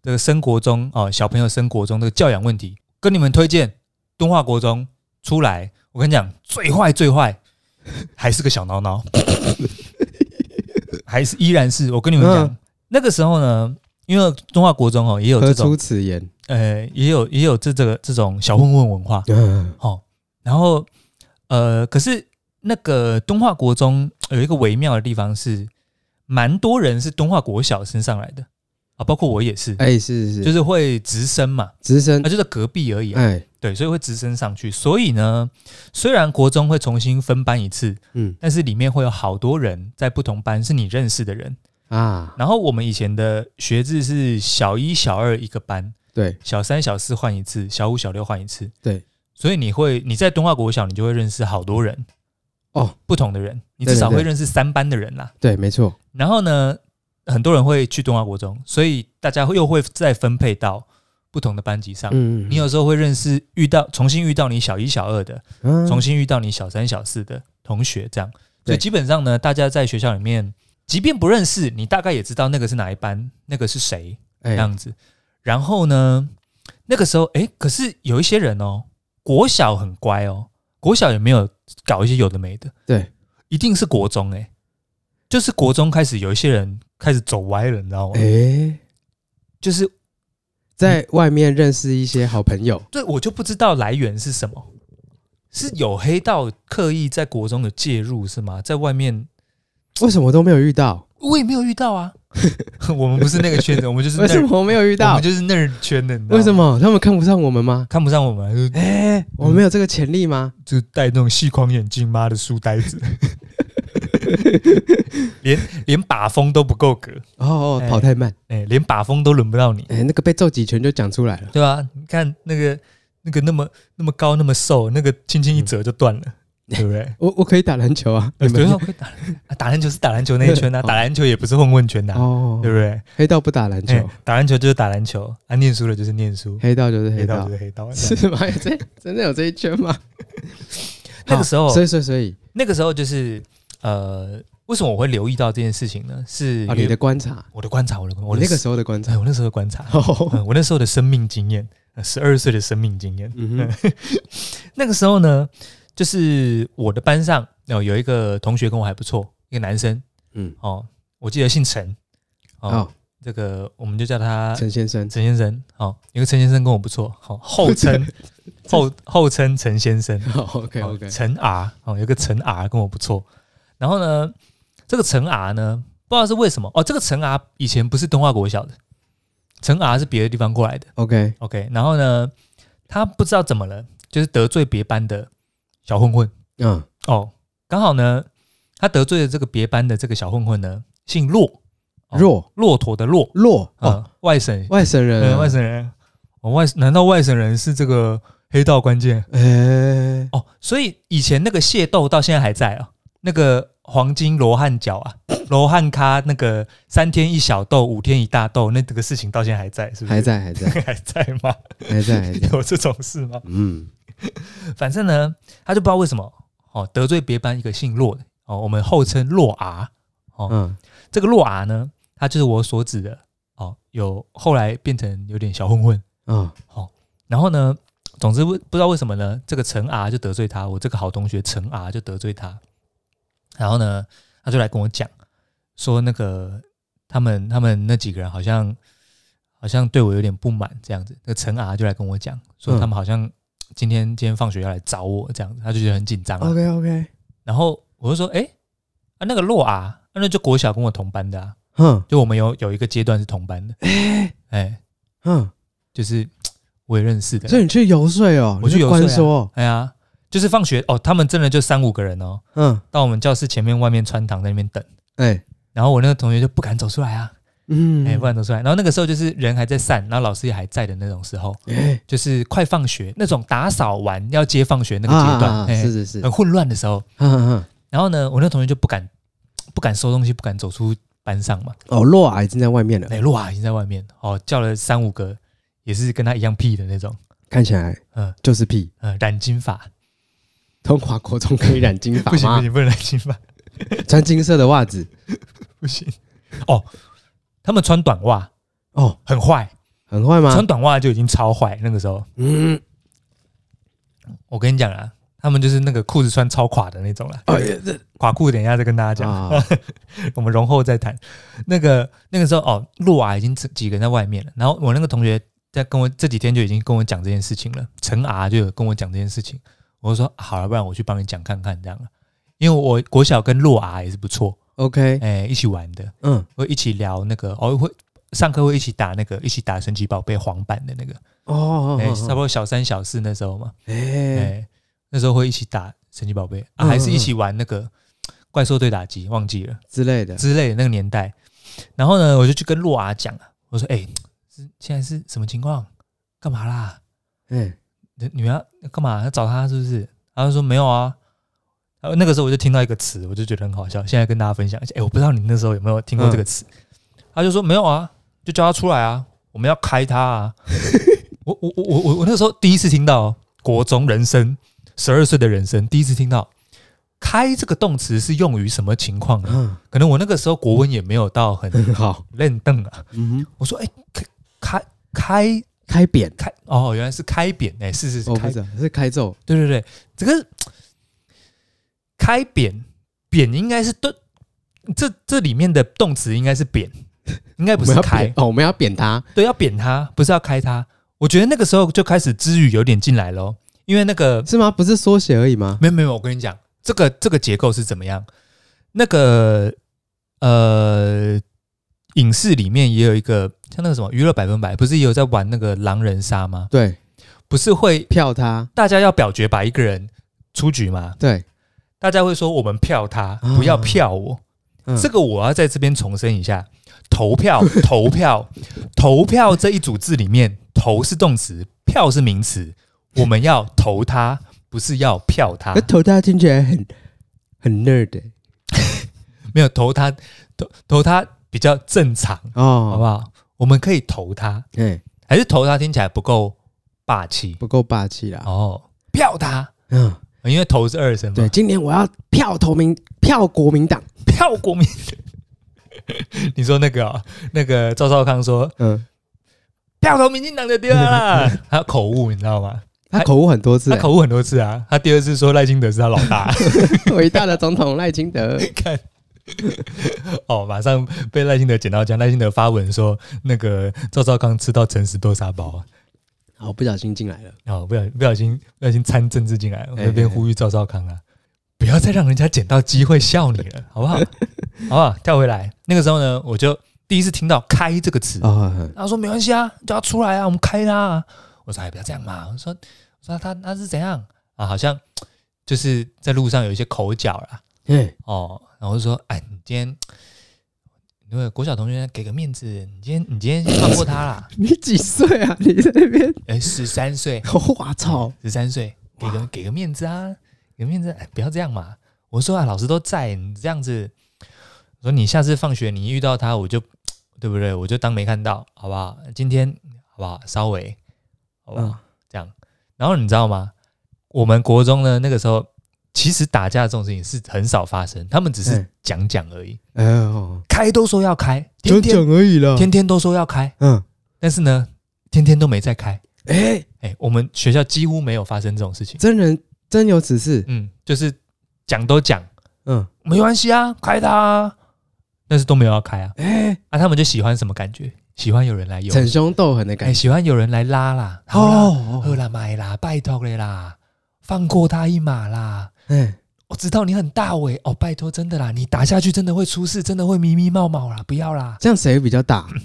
[SPEAKER 2] 这个升国中哦、小朋友升国中这个教养问题，跟你们推荐敦化国中出来，我跟你讲，最坏最坏还是个小孬孬，还是依然是我跟你们讲，
[SPEAKER 1] 嗯
[SPEAKER 2] 那个时候呢，因为中华国中哦也有
[SPEAKER 1] 何
[SPEAKER 2] 这种
[SPEAKER 1] 出此言？
[SPEAKER 2] 呃，也有也有这这个这种小混混文化
[SPEAKER 1] 嗯
[SPEAKER 2] 哦。然后呃，可是那个东华国中有一个微妙的地方是，蛮多人是东华国小升上来的，啊，包括我也是，
[SPEAKER 1] 哎、是是，
[SPEAKER 2] 就是是会直升嘛，
[SPEAKER 1] 直升
[SPEAKER 2] 啊，，就在隔壁而已、啊，
[SPEAKER 1] 哎、
[SPEAKER 2] 对，所以会直升上去。所以呢，虽然国中会重新分班一次，
[SPEAKER 1] 嗯
[SPEAKER 2] 但是里面会有好多人在不同班，是你认识的人。
[SPEAKER 1] 啊，
[SPEAKER 2] 然后我们以前的学制是小一、小二一个班，
[SPEAKER 1] 对
[SPEAKER 2] 小三、小四换一次，小五、小六换一次。
[SPEAKER 1] 对，
[SPEAKER 2] 所以你会你在东华国小，你就会认识好多人
[SPEAKER 1] 哦，
[SPEAKER 2] 不同的人，你
[SPEAKER 1] 对对
[SPEAKER 2] 至少
[SPEAKER 1] 对
[SPEAKER 2] 会认识三班的人啦。
[SPEAKER 1] 对，没错，
[SPEAKER 2] 然后呢，很多人会去东华国中，所以大家又会再分配到不同的班级上。
[SPEAKER 1] 嗯，
[SPEAKER 2] 你有时候会认识遇到重新遇到你小一、小二的，
[SPEAKER 1] 嗯
[SPEAKER 2] 重新遇到你小三、小四的同学，这样。所
[SPEAKER 1] 对
[SPEAKER 2] 以基本上呢，大家在学校里面，即便不认识，你大概也知道那个是哪一班，那个是谁
[SPEAKER 1] 哎、
[SPEAKER 2] 这样子。然后呢，那个时候，哎，可是有一些人哦，国小很乖哦，国小也没有搞一些有的没的，
[SPEAKER 1] 对，
[SPEAKER 2] 一定是国中哎、就是国中开始有一些人开始走歪了，你知道吗？
[SPEAKER 1] 哎、
[SPEAKER 2] 就是
[SPEAKER 1] 在外面认识一些好朋友，
[SPEAKER 2] 对我就不知道来源是什么，是有黑道刻意在国中有介入是吗？在外面
[SPEAKER 1] 为什么都没有遇到？
[SPEAKER 2] 我也没有遇 到啊，我们不是那个圈子，我们就是那
[SPEAKER 1] 为什么我没有遇
[SPEAKER 2] 我
[SPEAKER 1] 到
[SPEAKER 2] 们？就是那儿圈的，你知道吗嗯
[SPEAKER 1] 为什么他们看不上我们吗？
[SPEAKER 2] 看不上我们？就
[SPEAKER 1] 哎、我们没有这个潜力吗？
[SPEAKER 2] 就戴那种细框眼镜，妈的书呆子， 连连把风都不够格，
[SPEAKER 1] 哦，哦
[SPEAKER 2] 哎
[SPEAKER 1] 跑太慢，
[SPEAKER 2] 哎、连把风都轮不到你，
[SPEAKER 1] 哎、那个被揍几拳就讲出来了，
[SPEAKER 2] 对吧、你看那个那个那么那么高那么瘦，那个轻轻一折就断了，对不对？
[SPEAKER 1] 我我可以打篮球啊，你
[SPEAKER 2] 对，
[SPEAKER 1] 们
[SPEAKER 2] 我可以打 啊，打篮球是打篮球那一圈啊，
[SPEAKER 1] 哦
[SPEAKER 2] 打篮球也不是混混圈的、啊，
[SPEAKER 1] 哦
[SPEAKER 2] 对，不对？
[SPEAKER 1] 黑道不打篮球，
[SPEAKER 2] 哎打篮球就是打篮球，啊，念书的就是念书，
[SPEAKER 1] 黑道就是
[SPEAKER 2] 黑
[SPEAKER 1] 黑
[SPEAKER 2] 道
[SPEAKER 1] 道
[SPEAKER 2] 就，是黑道。这样
[SPEAKER 1] 是吗？ 这真的有这一圈吗？
[SPEAKER 2] 那个时候
[SPEAKER 1] 好所以所以所以
[SPEAKER 2] 那个时候就是呃，为什么我会留意到这件事情呢？是
[SPEAKER 1] 啊，
[SPEAKER 2] 因为
[SPEAKER 1] 你的观察，
[SPEAKER 2] 我的观察，我的我
[SPEAKER 1] 你
[SPEAKER 2] 的
[SPEAKER 1] 那个时候的观 察
[SPEAKER 2] 哎，，我那时候的观察，
[SPEAKER 1] 哦，
[SPEAKER 2] 嗯我那时候的生命经验，呃十二岁的生命经验。
[SPEAKER 1] 嗯哼，
[SPEAKER 2] 那个时候呢，就是我的班上哦有一个同学跟我还不错，一个男生
[SPEAKER 1] 嗯，
[SPEAKER 2] 哦，我记得姓陈哦，
[SPEAKER 1] 好，
[SPEAKER 2] 这个我们就叫他
[SPEAKER 1] 陈先生，
[SPEAKER 2] 陈先生，好、有个陈先生跟我不错，好、后称后后称陈先生
[SPEAKER 1] 好，OK
[SPEAKER 2] 好
[SPEAKER 1] OK，
[SPEAKER 2] 陈 R，哦，有个陈 R 跟我不错。然后呢，这个陈 R 呢，不知道是为什么哦，这个陈 R 以前不是东华国小的，陈 R 是别的地方过来的。
[SPEAKER 1] OK，
[SPEAKER 2] OK，然后呢，他不知道怎么了，就是得罪别班的小混混
[SPEAKER 1] 嗯，
[SPEAKER 2] 哦。刚好呢，他得罪了这个别班的这个小混混呢，姓骆，哦
[SPEAKER 1] 弱
[SPEAKER 2] 骆驼的骆，
[SPEAKER 1] 弱哦，
[SPEAKER 2] 呃，外省
[SPEAKER 1] 外省人
[SPEAKER 2] 对，
[SPEAKER 1] 啊，
[SPEAKER 2] 呃外省人，哦，外难道外省人是这个黑道关键
[SPEAKER 1] 哎，
[SPEAKER 2] 哦？所以以前那个械斗到现在还在啊、那个黄金罗汉脚 啊，罗汉咖那个三天一小斗，五天一大斗，那这个事情到现在还在，是不是？
[SPEAKER 1] 还在还在
[SPEAKER 2] 还在吗？
[SPEAKER 1] 还在还在，
[SPEAKER 2] 有这种事吗？
[SPEAKER 1] 嗯，
[SPEAKER 2] 反正呢，他就不知道为什么哦，得罪别班一个姓骆的哦，我们后称骆阿。哦
[SPEAKER 1] 嗯，
[SPEAKER 2] 这个骆阿呢，他就是我所指的哦，有后来变成有点小混混。
[SPEAKER 1] 啊，
[SPEAKER 2] 然后呢，总之不不知道为什么呢，这个陈 R 就得罪他，我这个好同学陈 R 就得罪他。然后呢，他就来跟我讲说，那个他们他们那几个人好像好像对我有点不满这样子。那个陈 R 就来跟我讲说，
[SPEAKER 1] 嗯
[SPEAKER 2] 他们好像今天今天放学要来找我这样子，他就觉得很紧张、啊。
[SPEAKER 1] OK OK，
[SPEAKER 2] 然后我就说，哎、啊那个洛 R，、啊、那就国小跟我同班的啊，
[SPEAKER 1] 哼
[SPEAKER 2] 就我们有有一个阶段是同班的，哎、
[SPEAKER 1] 哼，
[SPEAKER 2] 就是我也认识的。
[SPEAKER 1] 所以你去游说哦，
[SPEAKER 2] 我去
[SPEAKER 1] 你
[SPEAKER 2] 游说啊
[SPEAKER 1] 关说哦，
[SPEAKER 2] 哎呀，就是放学哦，他们真的就三五个人哦，
[SPEAKER 1] 嗯，
[SPEAKER 2] 到我们教室前面外面穿堂在那边等。
[SPEAKER 1] 哎，
[SPEAKER 2] 然后我那个同学就不敢走出来啊，
[SPEAKER 1] 嗯
[SPEAKER 2] 哎、，不敢走出来。然后那个时候就是人还在散，然后老师也还在的那种时候，
[SPEAKER 1] 哎，
[SPEAKER 2] 就是快放学那种打扫完要接放学那个
[SPEAKER 1] 啊
[SPEAKER 2] 阶段，
[SPEAKER 1] 啊啊
[SPEAKER 2] 哎
[SPEAKER 1] 是是是，
[SPEAKER 2] 很混乱的时候。
[SPEAKER 1] 嗯嗯嗯，
[SPEAKER 2] 然后呢，我那个同学就不敢不敢收东西，不敢走出班上嘛。
[SPEAKER 1] 哦，洛啊已经在外面了，
[SPEAKER 2] 哎、洛啊已经在外面哦，叫了三五个，也是跟他一样屁的那种，
[SPEAKER 1] 看起来，嗯
[SPEAKER 2] 嗯，
[SPEAKER 1] 就是屁。
[SPEAKER 2] 呃，染金发，
[SPEAKER 1] 通华国中可以染金发
[SPEAKER 2] 不行不
[SPEAKER 1] 吗？
[SPEAKER 2] 行，不能染金发，
[SPEAKER 1] 穿金色的袜子
[SPEAKER 2] 不行。哦，他们穿短袜
[SPEAKER 1] 哦，
[SPEAKER 2] 很坏，
[SPEAKER 1] 很坏吗
[SPEAKER 2] 穿？短袜就已经超坏。那个时候，
[SPEAKER 1] 嗯，
[SPEAKER 2] 我跟你讲啊，他们就是那个裤子穿超垮的那种啦。
[SPEAKER 1] 哎呀这
[SPEAKER 2] 垮裤等一下再跟大家讲，
[SPEAKER 1] 啊，
[SPEAKER 2] 我们容后再谈。那个那个时候哦，路啊已经几几个人在外面了，然后我那个同学在跟我这几天就已经跟我讲这件事情了，陈啊就有跟我讲这件事情，我就说、啊好了，不然我去帮你讲看看这样了。因为我国小跟洛啊也是不错，
[SPEAKER 1] OK，
[SPEAKER 2] 哎、一起玩的，
[SPEAKER 1] 嗯
[SPEAKER 2] 会一起聊那个哦，会上课会一起打那个，一起打神奇宝贝黄版的那个，
[SPEAKER 1] 哦哦，
[SPEAKER 2] 哎、
[SPEAKER 1] 哦
[SPEAKER 2] 差不多小三小四那时候嘛，哎、
[SPEAKER 1] 哎，
[SPEAKER 2] 那时候会一起打神奇宝贝啊，
[SPEAKER 1] 嗯
[SPEAKER 2] 还是一起玩那个怪兽对打机，忘记了
[SPEAKER 1] 之类的，
[SPEAKER 2] 之类的那个年代。然后呢，我就去跟洛阿讲啊，我说：“哎、是现在是什么情况？干嘛啦？
[SPEAKER 1] 哎，
[SPEAKER 2] 你你们要干嘛？要找他是不是？”他就说：“没有啊。”然后那个时候我就听到一个词，我就觉得很好笑，现在跟大家分享一下。哎、我不知道你那时候有没有听过这个词。
[SPEAKER 1] 嗯
[SPEAKER 2] 他就说：“没有啊，就叫他出来啊，我们要开他啊。 我”我我我我我那时候第一次听到哦国中人生十二岁的人生第一次听到“开”这个动词是用于什么情况呢？
[SPEAKER 1] 嗯，
[SPEAKER 2] 可能我那个时候国文也没有到很
[SPEAKER 1] 很嗯好，
[SPEAKER 2] 认凳啊。
[SPEAKER 1] 嗯哼，
[SPEAKER 2] 我说：“哎、开开开
[SPEAKER 1] 开扁，
[SPEAKER 2] 开哦，原来是开扁哎、是是是
[SPEAKER 1] 哦，
[SPEAKER 2] 开
[SPEAKER 1] 不是啊，是开奏，
[SPEAKER 2] 对对对，这个开扁扁应该是对，这这里面的动词应该是扁，应该
[SPEAKER 1] 我
[SPEAKER 2] 不
[SPEAKER 1] 们
[SPEAKER 2] 是
[SPEAKER 1] 要
[SPEAKER 2] 开
[SPEAKER 1] 扁，，哦，我们要扁他，
[SPEAKER 2] 对，要扁它，不是要开它。我觉得那个时候就开始知语有点进来咯，因为那个
[SPEAKER 1] 是吗？不是缩写而已吗？
[SPEAKER 2] 没有没有，我跟你讲，这个这个结构是怎么样？那个呃，影视里面也有一个像那个什么娱乐百分百，不是也有在玩那个狼人杀吗？
[SPEAKER 1] 对，
[SPEAKER 2] 不是会
[SPEAKER 1] 票他，
[SPEAKER 2] 大家要表决把一个人出局吗？
[SPEAKER 1] 对，
[SPEAKER 2] 大家会说我们票他，
[SPEAKER 1] 啊
[SPEAKER 2] 不要票我。
[SPEAKER 1] 嗯
[SPEAKER 2] 这个我要在这边重申一下：投票、 投票、投票这一组字里面，投是动词，票是名词。我们要投他，不是要票他
[SPEAKER 1] 那。头他听起来很很 nerd 欸
[SPEAKER 2] 没有投他，投投他比较正常，好不
[SPEAKER 1] 哦，
[SPEAKER 2] 好？我们可以投他，
[SPEAKER 1] 哎，
[SPEAKER 2] 还是投他听起来不够霸气
[SPEAKER 1] 不够霸气啦，
[SPEAKER 2] 哦？票他，
[SPEAKER 1] 嗯，
[SPEAKER 2] 因为投是二声嘛
[SPEAKER 1] 对，，今年我要票投民票国民党，
[SPEAKER 2] 票国民。 你说那个、哦、那个赵少康说
[SPEAKER 1] 嗯，
[SPEAKER 2] 票投民进党就对了啦。 他口误，你知道 吗？
[SPEAKER 1] 他口误很多次
[SPEAKER 2] 他
[SPEAKER 1] 欸，
[SPEAKER 2] 口误很多次啊。他第二次说赖清德是他老大，
[SPEAKER 1] 伟大的总统赖清德，
[SPEAKER 2] 看哦，马上被赖清德捡到枪。赖清德发文说，那个赵少康吃到诚实豆沙包啊，
[SPEAKER 1] 好，不小心进来了，
[SPEAKER 2] 哦，不小不小心不小心掺政治进来，我
[SPEAKER 1] 哎
[SPEAKER 2] 这边呼吁赵少康啊，不要再让人家捡到机会笑你了，好不 好？好不好？跳回来，那个时候呢，我就第一次听到“开”这个词，
[SPEAKER 1] 哦，嗯
[SPEAKER 2] 他说没关系啊，叫他出来啊，我们开他啊。我说哎，不要这样嘛。我说我说他他是怎样啊？好像就是在路上有一些口角啦。
[SPEAKER 1] 哎，
[SPEAKER 2] 哦，然后就说哎，你今天那个国小同学给个面子，你今天你今天放过他啦。
[SPEAKER 1] 你几岁啊？ 你在那边，
[SPEAKER 2] 哎，十三岁，
[SPEAKER 1] 我操，
[SPEAKER 2] 十三岁，给个给个面子啊，给个面子，哎，不要这样嘛。我说啊，老师都在，你这样子，我说你下次放学你遇到他，我就对不对？我就当没看到，好不好？今天好不好？稍微，好不好？
[SPEAKER 1] 嗯
[SPEAKER 2] 这样。然后你知道吗？我们国中呢，那个时候其实打架这种事情是很少发生，他们只是
[SPEAKER 1] 嗯
[SPEAKER 2] 讲讲而已，
[SPEAKER 1] 哎哦，
[SPEAKER 2] 开都说要开，
[SPEAKER 1] 就
[SPEAKER 2] 天天
[SPEAKER 1] 讲而已啦，
[SPEAKER 2] 天天都说要开，
[SPEAKER 1] 嗯，
[SPEAKER 2] 但是呢，天天都没在开。
[SPEAKER 1] 哎，
[SPEAKER 2] 哎，我们学校几乎没有发生这种事情。
[SPEAKER 1] 真人真有此事，
[SPEAKER 2] 嗯，就是讲都讲，
[SPEAKER 1] 嗯，
[SPEAKER 2] 没关系啊，开它、啊，但是都没有要开啊。
[SPEAKER 1] 哎，
[SPEAKER 2] 啊，他们就喜欢什么感觉？喜欢有人来游，
[SPEAKER 1] 逞凶斗狠的
[SPEAKER 2] 哎，
[SPEAKER 1] 感觉，
[SPEAKER 2] 喜欢有人来拉啦，好啦，喝啦，买啦，拜托了啦，放过他一马啦。
[SPEAKER 1] 哎，
[SPEAKER 2] 我知道你很大尾哦，拜托，真的啦，你打下去真的会出事，真的会迷迷冒冒啦，不要啦。
[SPEAKER 1] 这样谁比较大？
[SPEAKER 2] 嗯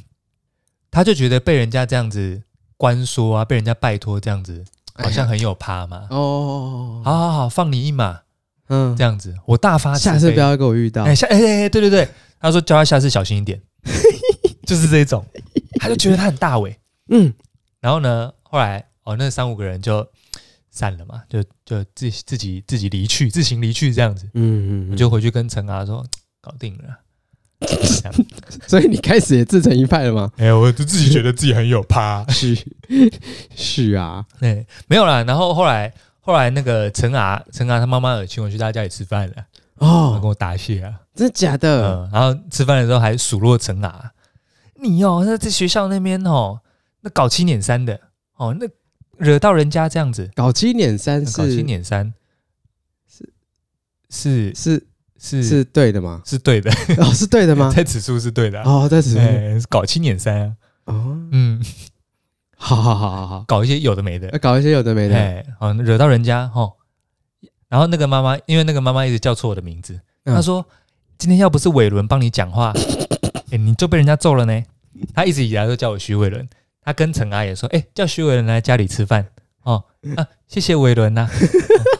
[SPEAKER 2] 他就觉得被人家这样子关说啊，被人家拜托这样子，好像很有趴嘛。
[SPEAKER 1] 哦，
[SPEAKER 2] 好，好好，放你一马，
[SPEAKER 1] 嗯
[SPEAKER 2] 这，样子，我大发慈
[SPEAKER 1] 下次
[SPEAKER 2] 悲
[SPEAKER 1] 不要给我遇到
[SPEAKER 2] 哎、，下哎、哎哎对对对，他说叫他下次小心一 点，就是这一种，他就觉得他很大尾。
[SPEAKER 1] 嗯，
[SPEAKER 2] 然后呢，后来哦，那三五个人就散了嘛，就就自己自己自己离去，自行离去这样子。
[SPEAKER 1] 嗯嗯，
[SPEAKER 2] 我
[SPEAKER 1] 嗯
[SPEAKER 2] 就回去跟陈阿说，搞定了。这样
[SPEAKER 1] 所以你开始也自成一派了吗？
[SPEAKER 2] 哎、我就自己觉得自己很有趴。
[SPEAKER 1] 是是啊，
[SPEAKER 2] 哎、没有啦。然后后来后来那个陈阿陈啊阿他妈妈有请我去他家里吃饭了，他跟
[SPEAKER 1] 哦，
[SPEAKER 2] 我答谢啊。
[SPEAKER 1] 真的假的？
[SPEAKER 2] 嗯，然后吃饭的时候还数落陈啊，你哦，那在学校那边哦，那搞七捻三的哦，那惹到人家这样子，
[SPEAKER 1] 搞七点三
[SPEAKER 2] 搞七
[SPEAKER 1] 是
[SPEAKER 2] 捻三是
[SPEAKER 1] 是
[SPEAKER 2] 是是？
[SPEAKER 1] 是对的吗
[SPEAKER 2] 是 对的，
[SPEAKER 1] 哦，是对的吗？
[SPEAKER 2] 在此处是对的啊，
[SPEAKER 1] 哦，在此处
[SPEAKER 2] 哎，搞七捻三啊，
[SPEAKER 1] 哦，
[SPEAKER 2] 嗯，
[SPEAKER 1] 好好好好好，
[SPEAKER 2] 搞一些有的没的
[SPEAKER 1] 要，搞一些有的没的，
[SPEAKER 2] 哎，哦，惹到人家哦，然后那个妈妈，因为那个妈妈一直叫错我的名字，
[SPEAKER 1] 嗯
[SPEAKER 2] 她说今天要不是伟伦帮你讲话，哎，你就被人家揍了呢，他一直以来都叫我徐伟伦，他跟陈阿也说，哎、叫徐伟伦来家里吃饭哦，啊， 谢谢伟伦呐、哦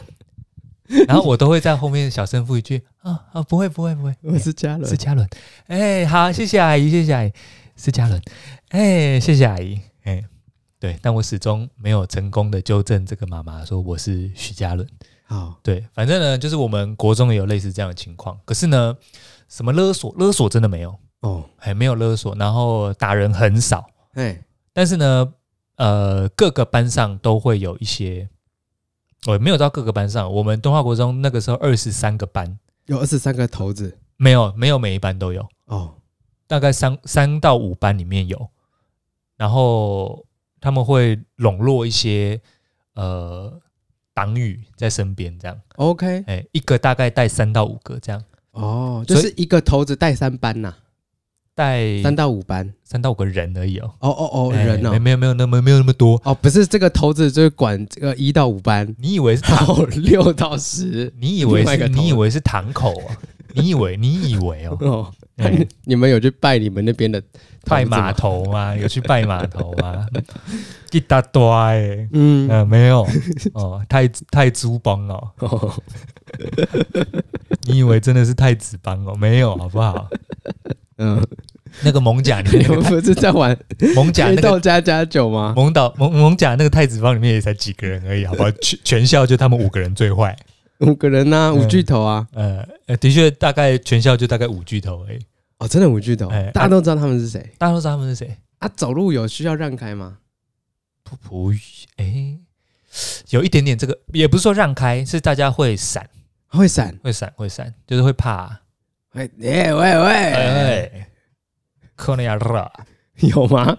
[SPEAKER 2] 然后我都会在后面小声附一句啊啊，不会不会不会，
[SPEAKER 1] 我是嘉
[SPEAKER 2] 是
[SPEAKER 1] 伦，
[SPEAKER 2] 嘉伦，哎、好，谢谢阿姨，谢谢阿姨，是嘉伦，哎、谢谢阿姨，哎、对，但我始终没有成功的纠正这个妈妈说我是徐嘉伦。
[SPEAKER 1] 好，
[SPEAKER 2] 对，反正呢，就是我们国中也有类似这样的情况，可是呢，什么勒索，勒索真的没有，
[SPEAKER 1] 哦，
[SPEAKER 2] 哎，没有勒索，然后打人很少，
[SPEAKER 1] 哎，
[SPEAKER 2] 但是呢，呃，各个班上都会有一些，我没有到各个班上，我们东华国中那个时候二十三个班，
[SPEAKER 1] 有二十三个头子，
[SPEAKER 2] 没有，没有每一班都有，
[SPEAKER 1] 哦，
[SPEAKER 2] 大概三三到五班里面有，然后他们会笼络一些呃党羽在身边，这样，
[SPEAKER 1] OK，
[SPEAKER 2] 哎，一个大概带三到五个这样，
[SPEAKER 1] 哦，就是一个头子带三班呐，
[SPEAKER 2] 带
[SPEAKER 1] 三到五班。
[SPEAKER 2] 三到五个人而已哦，
[SPEAKER 1] 哦哦哦，
[SPEAKER 2] 哎
[SPEAKER 1] 人
[SPEAKER 2] 没
[SPEAKER 1] 哦，
[SPEAKER 2] 没有没有那么没有那么多，
[SPEAKER 1] 哦，不是这个头子就是管这个一到五 班，
[SPEAKER 2] 你以为是
[SPEAKER 1] 然
[SPEAKER 2] 堂，
[SPEAKER 1] 后六到十。
[SPEAKER 2] 你以为
[SPEAKER 1] 另外一
[SPEAKER 2] 是
[SPEAKER 1] 个头
[SPEAKER 2] 你以为是堂口啊？你以为你以为哦，
[SPEAKER 1] 哦，
[SPEAKER 2] 哎
[SPEAKER 1] 你 你们有去拜你们那边的
[SPEAKER 2] 拜码
[SPEAKER 1] 马？
[SPEAKER 2] 头吗？有去拜码头啊吗？一大堆哎，
[SPEAKER 1] 嗯，
[SPEAKER 2] 呃，没有哦，太太猪帮哦，
[SPEAKER 1] 哦，
[SPEAKER 2] 你以为真的是太子帮哦？没有，好不 好？
[SPEAKER 1] 嗯，
[SPEAKER 2] 那个蒙甲里面
[SPEAKER 1] 你
[SPEAKER 2] 那
[SPEAKER 1] 们
[SPEAKER 2] 个太，
[SPEAKER 1] 不是在 玩
[SPEAKER 2] 蒙甲
[SPEAKER 1] 黑
[SPEAKER 2] 那个
[SPEAKER 1] 道加加酒吗？
[SPEAKER 2] 蒙岛蒙蒙甲那个太子帮里面也才几个人而已，好 不好？全全校就他们五个人最坏，
[SPEAKER 1] 五个人呐，
[SPEAKER 2] 嗯
[SPEAKER 1] 五巨头啊，
[SPEAKER 2] 呃，呃的确大概全校就大概五巨头而已。
[SPEAKER 1] 哦，真的五巨头
[SPEAKER 2] 哎，
[SPEAKER 1] 大家都知道他们是谁
[SPEAKER 2] 大家都知道他们是谁？
[SPEAKER 1] 啊？走路有需要让开吗？
[SPEAKER 2] 不不，哎、有一点点这个，也不是说让开，是大家会闪，
[SPEAKER 1] 会闪？
[SPEAKER 2] 会闪，会闪，就是会怕。
[SPEAKER 1] 哎哎喂喂，
[SPEAKER 2] 哎，可能要热，
[SPEAKER 1] 有吗？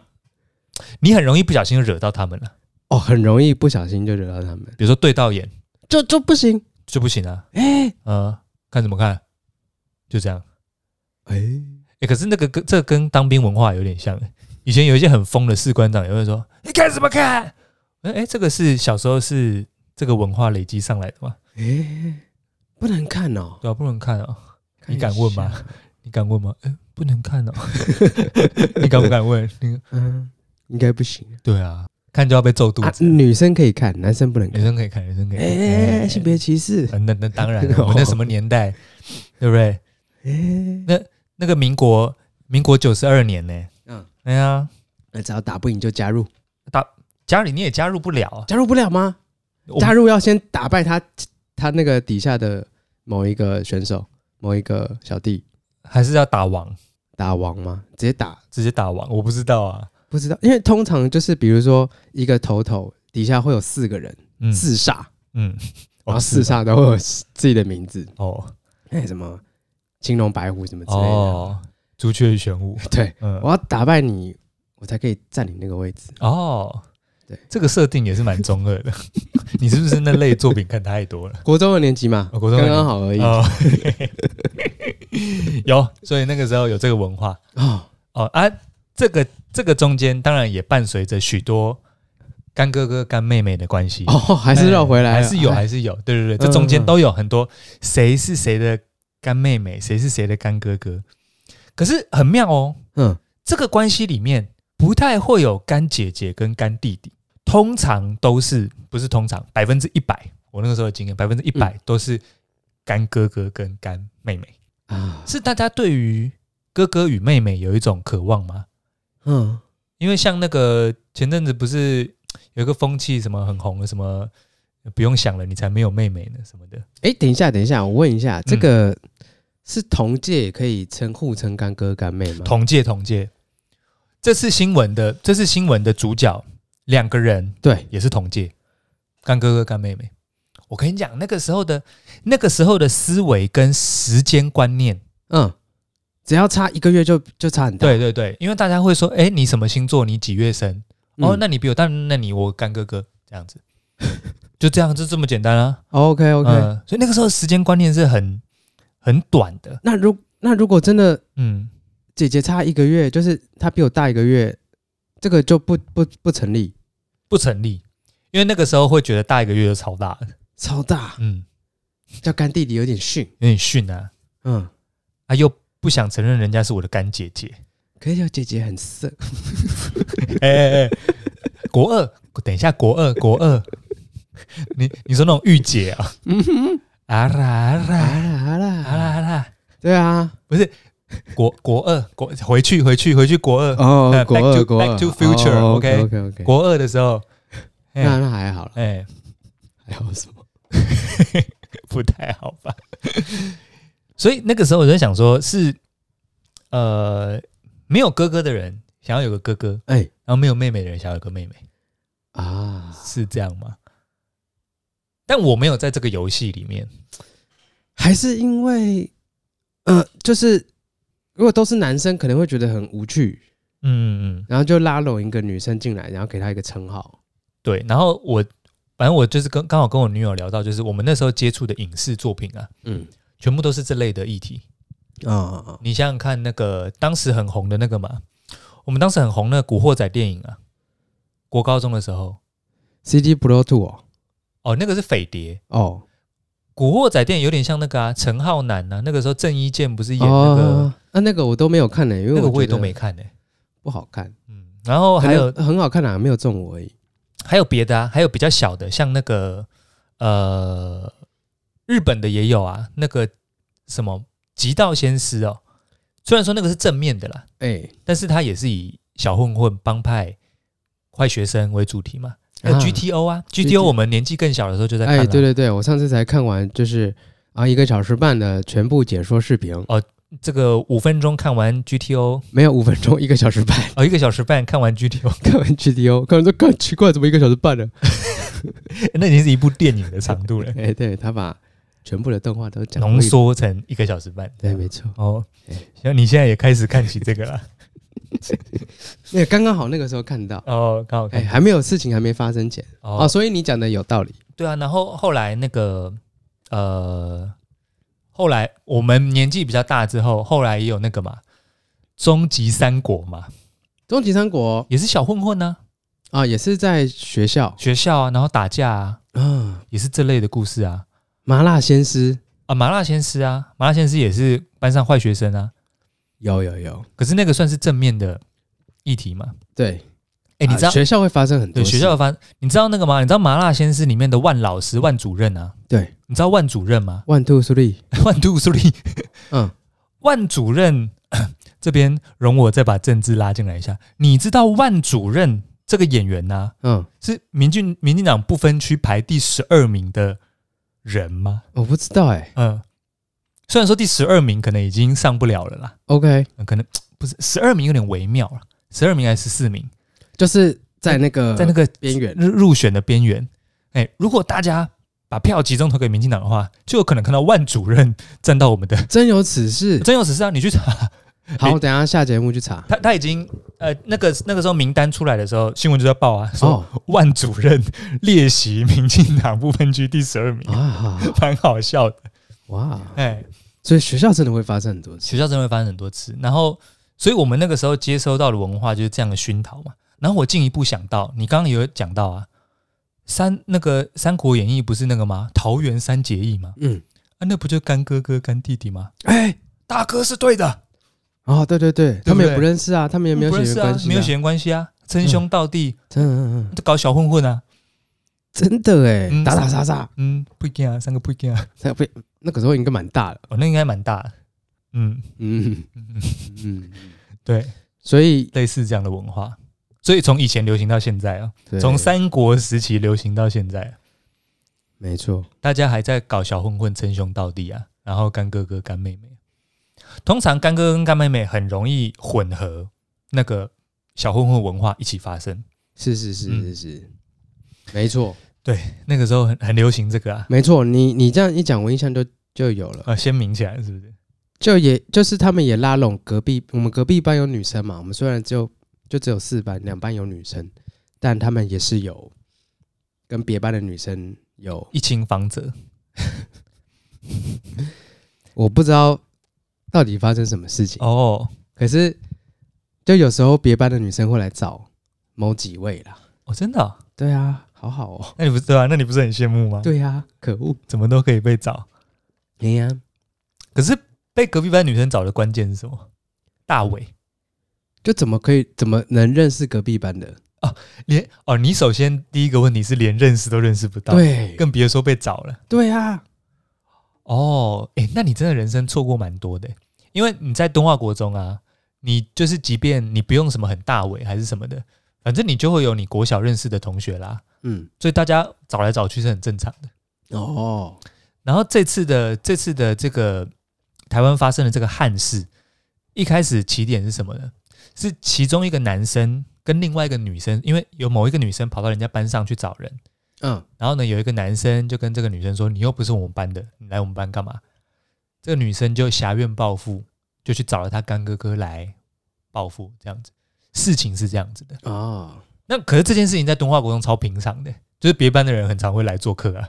[SPEAKER 2] 你很容易不小心惹到他们了。
[SPEAKER 1] 哦，很容易不小心就惹到他们，
[SPEAKER 2] 比如说对到眼
[SPEAKER 1] 就就不行。
[SPEAKER 2] 就不行啊，
[SPEAKER 1] 哎
[SPEAKER 2] 呃，看什么看？就这样。
[SPEAKER 1] 哎，
[SPEAKER 2] 哎、可是那个跟这个跟当兵文化有点像、以前有一些很疯的士官长也会说：“你看什么看？”哎、这个是小时候是这个文化累积上来的吗？
[SPEAKER 1] 哎，不能看哦，
[SPEAKER 2] 对啊，不能看啊、你敢
[SPEAKER 1] 看一下
[SPEAKER 2] 问吗？你敢问吗？哎，不能看哦。 你敢不敢问？你
[SPEAKER 1] 嗯，应该不行
[SPEAKER 2] 对啊，看就要被揍肚
[SPEAKER 1] 啊。
[SPEAKER 2] 子。
[SPEAKER 1] 女生可以看，男生不能
[SPEAKER 2] 女
[SPEAKER 1] 看。
[SPEAKER 2] 生可以看，女生可以看。
[SPEAKER 1] 哎，性别哦歧视。
[SPEAKER 2] 啊那那当 然了，我们那什么年代，对不对？
[SPEAKER 1] 哎，
[SPEAKER 2] 那个民国民国九十二年呢、
[SPEAKER 1] 嗯，
[SPEAKER 2] 哎呀，
[SPEAKER 1] 那只要打不赢就加入，
[SPEAKER 2] 家里你也加入不了啊。
[SPEAKER 1] 加入不了吗？
[SPEAKER 2] 我
[SPEAKER 1] 加入要先打败他，他那个底下的某一个选手，某一个小弟
[SPEAKER 2] 还是要打王，
[SPEAKER 1] 打王吗？直接打
[SPEAKER 2] 直接打王。我不知道啊。
[SPEAKER 1] 不知道，因为通常就是比如说一个头头底下会有四个人，
[SPEAKER 2] 嗯
[SPEAKER 1] 四煞，
[SPEAKER 2] 嗯，
[SPEAKER 1] 然
[SPEAKER 2] 哦
[SPEAKER 1] 后四
[SPEAKER 2] 是啊
[SPEAKER 1] 煞都会有自己的名字，
[SPEAKER 2] 哦
[SPEAKER 1] 哎，什么青龙白虎什么之类的。
[SPEAKER 2] 哦，朱雀与玄武。
[SPEAKER 1] 对，
[SPEAKER 2] 嗯
[SPEAKER 1] 我要打败你，我才可以占领那个位置。
[SPEAKER 2] 哦，
[SPEAKER 1] 对，
[SPEAKER 2] 这个设定也是蛮中二的。 你是不是那类作品看太多 了？
[SPEAKER 1] 国中二年级嘛，
[SPEAKER 2] 哦国中二
[SPEAKER 1] 刚
[SPEAKER 2] 年级
[SPEAKER 1] 刚好而已。
[SPEAKER 2] 哦， 有，所以那个时候有这个文化
[SPEAKER 1] 哦，
[SPEAKER 2] 哦啊，这个这个中间当然也伴随着许多干哥哥干妹妹的关系
[SPEAKER 1] 哦，还是绕回来
[SPEAKER 2] 哎
[SPEAKER 1] 了，
[SPEAKER 2] 还是有，
[SPEAKER 1] 哎
[SPEAKER 2] 还是有，对对对，
[SPEAKER 1] 嗯
[SPEAKER 2] 这中间都有很多谁是谁的干妹妹，谁是谁的干哥哥，可是很妙哦，
[SPEAKER 1] 嗯，
[SPEAKER 2] 这个关系里面不太会有干姐姐跟干弟弟，通常都是不是通常百分之一百，我那个时候的经验百分之一百都是干哥哥跟干妹妹，
[SPEAKER 1] 啊，
[SPEAKER 2] 是大家对于哥哥与妹妹有一种渴望吗？
[SPEAKER 1] 嗯，
[SPEAKER 2] 因为像那个前阵子不是有一个风气什么很红的什么。不用想了，你才没有妹妹呢什么的。
[SPEAKER 1] 哎，等一下，等一下，我问一下，这个是同届也可以称互称干哥干妹吗？
[SPEAKER 2] 同届同届，这次新闻的这次新闻的主角两个人
[SPEAKER 1] 对，
[SPEAKER 2] 也是同届，干哥哥干妹妹。我跟你讲，那个时候的那个时候的思维跟时间观念，
[SPEAKER 1] 嗯，只要差一个月就就差很大。
[SPEAKER 2] 对对对，因为大家会说，哎，你什么星座？你几月生？
[SPEAKER 1] 嗯，
[SPEAKER 2] 哦，那你比我大，那你我干哥哥这样子， 就这样，就这么简单啊。
[SPEAKER 1] OK OK，
[SPEAKER 2] 嗯所以那个时候时间观念是很很短的，
[SPEAKER 1] 那如那如果真的
[SPEAKER 2] 嗯，
[SPEAKER 1] 姐姐差一个月，就是她比我大一个月，这个就不不不成立，
[SPEAKER 2] 不成立，因为那个时候会觉得大一个月就超大了，
[SPEAKER 1] 超大，
[SPEAKER 2] 嗯，
[SPEAKER 1] 叫干弟弟有点逊。
[SPEAKER 2] 有点逊啊。
[SPEAKER 1] 嗯，
[SPEAKER 2] 啊，又不想承认人家是我的干姐姐，
[SPEAKER 1] 可是有姐姐很色，
[SPEAKER 2] 哎哎哎，国二，等一下，国二，国二，你你说那种御姐啊？啊啦啊
[SPEAKER 1] 好啦哎好啦，
[SPEAKER 2] 啦啊啦啊啦，
[SPEAKER 1] 对啊，
[SPEAKER 2] 国国二国回去回去回去国二、
[SPEAKER 1] 哦
[SPEAKER 2] 呃，
[SPEAKER 1] 国
[SPEAKER 2] back
[SPEAKER 1] 二
[SPEAKER 2] to-
[SPEAKER 1] 国二
[SPEAKER 2] back to future，
[SPEAKER 1] 哦
[SPEAKER 2] OK
[SPEAKER 1] OK OK，
[SPEAKER 2] 国二的时候，哎、
[SPEAKER 1] 那那还好了，
[SPEAKER 2] 哎、
[SPEAKER 1] 还有什么？
[SPEAKER 2] 不太好吧？所以那个时候我就在想说，是呃没有哥哥的人想要有个哥哥，
[SPEAKER 1] 哎
[SPEAKER 2] 然后没有妹妹的人想要有个妹妹，
[SPEAKER 1] 啊，
[SPEAKER 2] 是这样吗？但我没有在这个游戏里面。
[SPEAKER 1] 还是因为呃，就是如果都是男生，可能会觉得很无趣，
[SPEAKER 2] 嗯，嗯嗯，
[SPEAKER 1] 然后就拉拢一个女生进来，然后给她一个称号。
[SPEAKER 2] 对。然后我反正我就是跟刚好跟我女友聊到，就是我们那时候接触的影视作品啊，
[SPEAKER 1] 嗯
[SPEAKER 2] 全部都是这类的议题。
[SPEAKER 1] 啊啊啊
[SPEAKER 2] 你想想看，那个当时很红的那个嘛，我们当时很红的《古惑仔》电影啊，国高中的时候，
[SPEAKER 1] ，CD Pro Two 哦
[SPEAKER 2] 哦，那个是匪谍，
[SPEAKER 1] 哦
[SPEAKER 2] 古惑仔电影有点像那个啊，陈浩南啊，那个时候郑伊健不是演那个、
[SPEAKER 1] 哦，啊那个我都没有看呢，因为
[SPEAKER 2] 那个
[SPEAKER 1] 觉
[SPEAKER 2] 我也都
[SPEAKER 1] 得
[SPEAKER 2] 没看呢、
[SPEAKER 1] 不好看，
[SPEAKER 2] 嗯，然后还有
[SPEAKER 1] 可能很好看啊，没有中我而已。
[SPEAKER 2] 还有别的啊，还有比较小的，像那个呃日本的也有啊，那个什么《极道先师》哦，虽然说那个是正面的啦，
[SPEAKER 1] 哎，
[SPEAKER 2] 但是它也是以小混混帮派坏学生为主题嘛。还有
[SPEAKER 1] 啊
[SPEAKER 2] GTO 啊 g t
[SPEAKER 1] GTO
[SPEAKER 2] o 我们年纪更小的时候就在看了、啊
[SPEAKER 1] 哎，对对对，我上次才看完，就是啊一个小时半的全部解说视频，
[SPEAKER 2] 这个五分钟看完 GTO，
[SPEAKER 1] 没有五分钟，一个小时半
[SPEAKER 2] 哦，一个小时半看完 GTO，
[SPEAKER 1] 看完 GTO，看完都更奇怪，怎么一个小时半了？
[SPEAKER 2] 那已经是一部电影的长度了。
[SPEAKER 1] 哎，对他把全部的动画都 讲
[SPEAKER 2] 浓
[SPEAKER 1] 过一遍，
[SPEAKER 2] 缩成一个小时半。
[SPEAKER 1] 对，没错。
[SPEAKER 2] 哦，像你现在也开始看起这个了。
[SPEAKER 1] 那个刚刚好那个时候看到，
[SPEAKER 2] 哦，刚好
[SPEAKER 1] 哎，
[SPEAKER 2] 看。
[SPEAKER 1] 还没有事情还没发生前哦，
[SPEAKER 2] 哦，
[SPEAKER 1] 所以你讲的有道理。
[SPEAKER 2] 对啊，然后后来那个呃，后来我们年纪比较大之后，后来也有那个嘛，《终极三国》嘛，
[SPEAKER 1] 终极三国
[SPEAKER 2] 也是小混混呢、
[SPEAKER 1] 啊，也是在学校
[SPEAKER 2] 学校啊，然后打架啊，
[SPEAKER 1] 啊，
[SPEAKER 2] 也是这类的故事啊。
[SPEAKER 1] 麻辣鲜师
[SPEAKER 2] 啊，麻辣鲜师啊，麻辣鲜师也是班上坏学生啊，
[SPEAKER 1] 有有有，
[SPEAKER 2] 可是那个算是正面的议题嘛？
[SPEAKER 1] 对，
[SPEAKER 2] 哎，你知
[SPEAKER 1] 啊
[SPEAKER 2] 道？
[SPEAKER 1] 学校会发生很多
[SPEAKER 2] 对，学
[SPEAKER 1] 事
[SPEAKER 2] 校发，你知道那个吗？你知道《麻辣鲜师》里面的万老师、万主任啊？
[SPEAKER 1] 对
[SPEAKER 2] 你知道万主任吗？
[SPEAKER 1] one two three，
[SPEAKER 2] 万杜苏利，
[SPEAKER 1] 嗯，
[SPEAKER 2] 万主任 这边容我再把政治拉进来一下。你知道万主任这个演员呢、
[SPEAKER 1] 嗯，
[SPEAKER 2] 是民进民进党不分区排第十二名的人吗？
[SPEAKER 1] 我不知道哎、
[SPEAKER 2] 嗯、虽然说第十二名可能已经上不了了啦，
[SPEAKER 1] OK，
[SPEAKER 2] 呃可能不是十二名有点微妙了，十二名还是十四名，
[SPEAKER 1] 就是在那个
[SPEAKER 2] 哎在那个
[SPEAKER 1] 呃边缘
[SPEAKER 2] 入入选的边缘。哎，如果大家把票集中投给民进党的话，就有可能看到万主任站到我们的。
[SPEAKER 1] 真有此事。
[SPEAKER 2] 真有此事啊！你去查，
[SPEAKER 1] 好，我等一下下节目去查。
[SPEAKER 2] 他他已经呃那个那个时候名单出来的时候，新闻就在报啊，说
[SPEAKER 1] 哦
[SPEAKER 2] 万主任列席民进党不分区第十二名，
[SPEAKER 1] 啊，
[SPEAKER 2] 蛮好笑的。
[SPEAKER 1] 哇！
[SPEAKER 2] 哎，
[SPEAKER 1] 所以学校真的会发生很多事。
[SPEAKER 2] 学校真的会发生很多次，然后所以我们那个时候接收到的文化就是这样的熏陶嘛。然后我进一步想到，你刚刚有讲到啊，三那个《三国演义》不是那个吗？桃园三结义吗？
[SPEAKER 1] 嗯，
[SPEAKER 2] 啊，那不就干哥哥干弟弟吗？哎，大哥是对的，
[SPEAKER 1] 哦，对对对，他们也不认识啊，他们也没有
[SPEAKER 2] 不
[SPEAKER 1] 血
[SPEAKER 2] 认
[SPEAKER 1] 缘
[SPEAKER 2] 识啊
[SPEAKER 1] 关系、，
[SPEAKER 2] 没有血，缘关系啊，称兄道弟，
[SPEAKER 1] 真嗯嗯，
[SPEAKER 2] 就搞小混混啊。
[SPEAKER 1] 真的哎、
[SPEAKER 2] 嗯
[SPEAKER 1] 打打杀杀，
[SPEAKER 2] 嗯，不一定啊，三个不一定啊。
[SPEAKER 1] 才被那个时候应该蛮大的。
[SPEAKER 2] 哦，那应该蛮大的。嗯
[SPEAKER 1] 嗯
[SPEAKER 2] 嗯，
[SPEAKER 1] 嗯，
[SPEAKER 2] 对，
[SPEAKER 1] 所以
[SPEAKER 2] 类似这样的文化，所以从以前流行到现在啊，
[SPEAKER 1] 对
[SPEAKER 2] 从三国时期流行到现在啊。
[SPEAKER 1] 没错，
[SPEAKER 2] 大家还在搞小混混称兄道弟啊，然后干哥哥干妹妹。通常干哥哥跟干妹妹很容易混合那个小混混文化一起发生。
[SPEAKER 1] 是是是
[SPEAKER 2] 嗯
[SPEAKER 1] 是是，没错
[SPEAKER 2] 那个时候很很流行这个啊，
[SPEAKER 1] 没错。你你这样一讲，我印象就就有了。
[SPEAKER 2] 呃，鲜明起来是不是？
[SPEAKER 1] 就也就是他们也拉拢隔壁，我们隔壁班有女生嘛，我们虽然只有就只有四班，两班有女生，但他们也是有跟别班的女生有，
[SPEAKER 2] 一清方泽，
[SPEAKER 1] 我不知道到底发生什么事情，
[SPEAKER 2] 哦
[SPEAKER 1] 可是就有时候别班的女生会来找某几位啦，
[SPEAKER 2] 哦，真的哦、
[SPEAKER 1] 对啊，好好哦，
[SPEAKER 2] 那你不是对啊？那你不是很羡慕吗？，
[SPEAKER 1] 对啊，可恶，
[SPEAKER 2] 怎么都可以被找，
[SPEAKER 1] 哎呀、
[SPEAKER 2] 可是被隔壁班女生找的关键是什么？大伟
[SPEAKER 1] 就怎么可以怎么能认识隔壁班的？
[SPEAKER 2] 连哦，你首先第一个问题是连认识都认识不到，
[SPEAKER 1] 对，
[SPEAKER 2] 更别说被找了。
[SPEAKER 1] 对啊，
[SPEAKER 2] 哦，哎、那你真的人生错过蛮多的欸，因为你在东华国中啊，你就是即便你不用什么很大尾还是什么的，反正你就会有你国小认识的同学啦，
[SPEAKER 1] 嗯，
[SPEAKER 2] 所以大家找来找去是很正常的。
[SPEAKER 1] 哦，
[SPEAKER 2] 然后这次的这次的这个台湾发生的这个憾事，一开始起点是什么呢？是其中一个男生跟另外一个女生，因为有某一个女生跑到人家班上去找人，
[SPEAKER 1] 嗯，
[SPEAKER 2] 然后呢，有一个男生就跟这个女生说：“你又不是我们班的，你来我们班干嘛？”这个女生就挟怨报复，就去找了她干哥哥来报复，这样子。事情是这样子的。
[SPEAKER 1] 哦，
[SPEAKER 2] 那可是这件事情在东华国中超平常的，就是别班的人很常会来做客啊，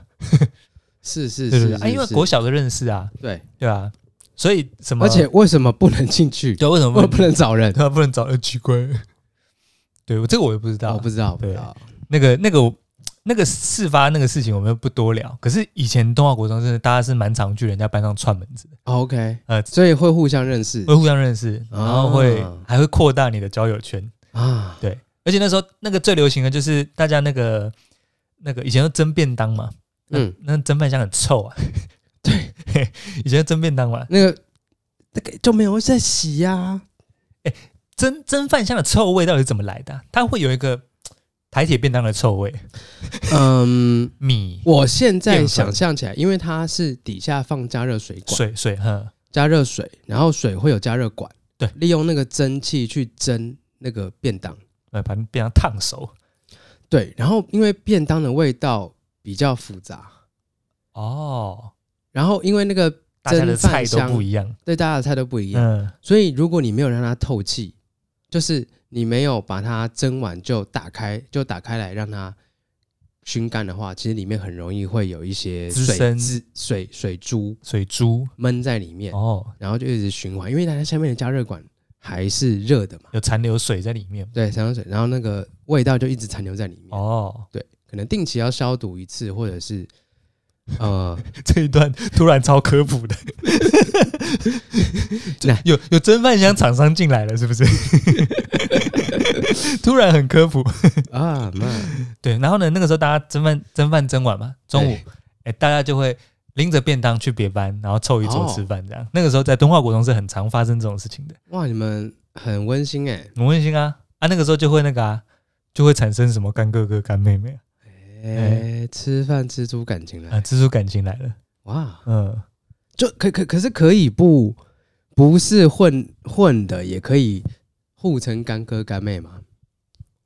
[SPEAKER 1] 是是
[SPEAKER 2] 对不
[SPEAKER 1] 是
[SPEAKER 2] 对？啊，因为国小的认识啊，
[SPEAKER 1] 对，
[SPEAKER 2] 对啊，所以什么？
[SPEAKER 1] 而且为什么不能进去？
[SPEAKER 2] 嗯对，为什么不
[SPEAKER 1] 我
[SPEAKER 2] 能
[SPEAKER 1] 不能找人？
[SPEAKER 2] 对啊不能找？呃奇怪，对我这个我也不知道，
[SPEAKER 1] 我不知道，我不
[SPEAKER 2] 对
[SPEAKER 1] 知道。
[SPEAKER 2] 那个那个我那个事发那个事情，我们不多聊。可是以前东华国中真的大家是蛮常去人家班上串门子的，
[SPEAKER 1] 哦 OK，
[SPEAKER 2] 呃嗯
[SPEAKER 1] 所以会互相认识
[SPEAKER 2] 会互相认识，然后会、
[SPEAKER 1] 啊
[SPEAKER 2] 还会扩大你的交友圈。
[SPEAKER 1] 啊，
[SPEAKER 2] 而且那时候那个最流行的就是大家那个那个以前都蒸便当嘛，
[SPEAKER 1] 嗯，
[SPEAKER 2] 那蒸饭箱很臭啊。对， 以前蒸便当嘛，
[SPEAKER 1] 那个那个就没有在洗 呀，
[SPEAKER 2] 嗯蒸蒸饭箱的臭味到底是怎么来的啊、它会有一个台铁便当的臭味，
[SPEAKER 1] 嗯。
[SPEAKER 2] 米
[SPEAKER 1] 我现在
[SPEAKER 2] 淀粉
[SPEAKER 1] 想象起来，因为它是底下放加热水管，
[SPEAKER 2] 水水，哼，
[SPEAKER 1] 加热水，然后水会有加热管，
[SPEAKER 2] 对
[SPEAKER 1] 利用那个蒸汽去蒸那个便当，
[SPEAKER 2] 呃，把便当烫熟。
[SPEAKER 1] 对，然后因为便当的味道比较复杂，
[SPEAKER 2] 哦，
[SPEAKER 1] 然后因为那个
[SPEAKER 2] 大家的
[SPEAKER 1] 蒸饭
[SPEAKER 2] 菜都
[SPEAKER 1] 箱
[SPEAKER 2] 不一样。
[SPEAKER 1] 对大家的菜都不一样，
[SPEAKER 2] 嗯，
[SPEAKER 1] 所以如果你没有让它透气，就是你没有把它蒸完就打开，就打开来让它熏干的话，其实里面很容易会有一些
[SPEAKER 2] 滋
[SPEAKER 1] 水
[SPEAKER 2] 生
[SPEAKER 1] 滋水水珠
[SPEAKER 2] 水珠
[SPEAKER 1] 闷在里面，
[SPEAKER 2] 哦，
[SPEAKER 1] 然后就一直循环，因为它下面的加热管还是热的嘛，
[SPEAKER 2] 有残留水在里面。
[SPEAKER 1] 对，三氧水，然后那个味道就一直残留在里面。
[SPEAKER 2] 哦，
[SPEAKER 1] 对，可能定期要消毒一次，或者是 呃，
[SPEAKER 2] 这一段突然超科普 的，
[SPEAKER 1] 那
[SPEAKER 2] 有有蒸饭箱厂商进来了，是不 是？突然很科普。
[SPEAKER 1] 啊妈，
[SPEAKER 2] 对，然后呢，那个时候大家蒸饭蒸饭蒸完嘛，中午
[SPEAKER 1] 对
[SPEAKER 2] 哎、大家就会拎着便当去别班，然后凑一桌
[SPEAKER 1] 哦
[SPEAKER 2] 吃饭这样。那个时候在东华国中是很常发生这种事情的，
[SPEAKER 1] 哇，你们很温馨哎、
[SPEAKER 2] 很温馨啊啊，那个时候就会那个啊，就会产生什么干哥哥干妹妹啊
[SPEAKER 1] 哎、吃饭吃出感情来，
[SPEAKER 2] 啊，这出感情来了，
[SPEAKER 1] 哇，
[SPEAKER 2] 嗯。
[SPEAKER 1] 就可可可是可以不不是混混的，也可以互称干哥干妹嘛，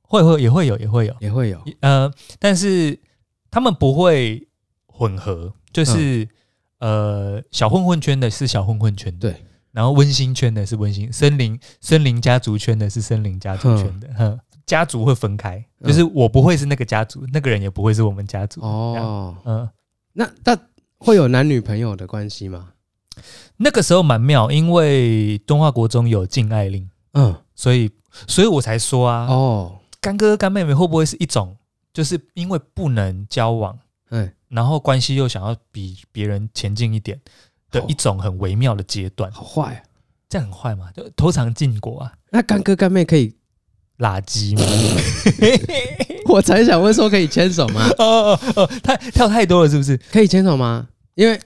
[SPEAKER 2] 会会也会有也会有，
[SPEAKER 1] 也会有
[SPEAKER 2] 呃，但是他们不会混合，就是、
[SPEAKER 1] 嗯
[SPEAKER 2] 呃小混混圈的是小混混圈，
[SPEAKER 1] 对，
[SPEAKER 2] 然后温馨圈的是温馨，森林森林家族圈的是森林家族圈
[SPEAKER 1] 嗯
[SPEAKER 2] 的，哼，家族会分开，就是我不会是那个家族，那个人也不会是我们家族，
[SPEAKER 1] 哦。
[SPEAKER 2] 嗯、
[SPEAKER 1] 那那会有男女朋友的关系吗？
[SPEAKER 2] 那个时候蛮妙，因为东华国中有禁爱令，
[SPEAKER 1] 嗯，
[SPEAKER 2] 所以所以我才说啊，
[SPEAKER 1] 哦，
[SPEAKER 2] 干哥哥干妹妹会不会是一种，就是因为不能交往。
[SPEAKER 1] 哎，
[SPEAKER 2] 然后关系又想要比别人前进一点的
[SPEAKER 1] 哦
[SPEAKER 2] 一种很微妙的阶段，
[SPEAKER 1] 好坏、啊。
[SPEAKER 2] 这样很坏嘛？就偷尝禁果啊，
[SPEAKER 1] 那干哥干妹可以，
[SPEAKER 2] 垃圾嘛！
[SPEAKER 1] 我才想问说可以牵手吗？
[SPEAKER 2] 哦哦哦，太跳太多了是不是？
[SPEAKER 1] 可以牵手吗？因为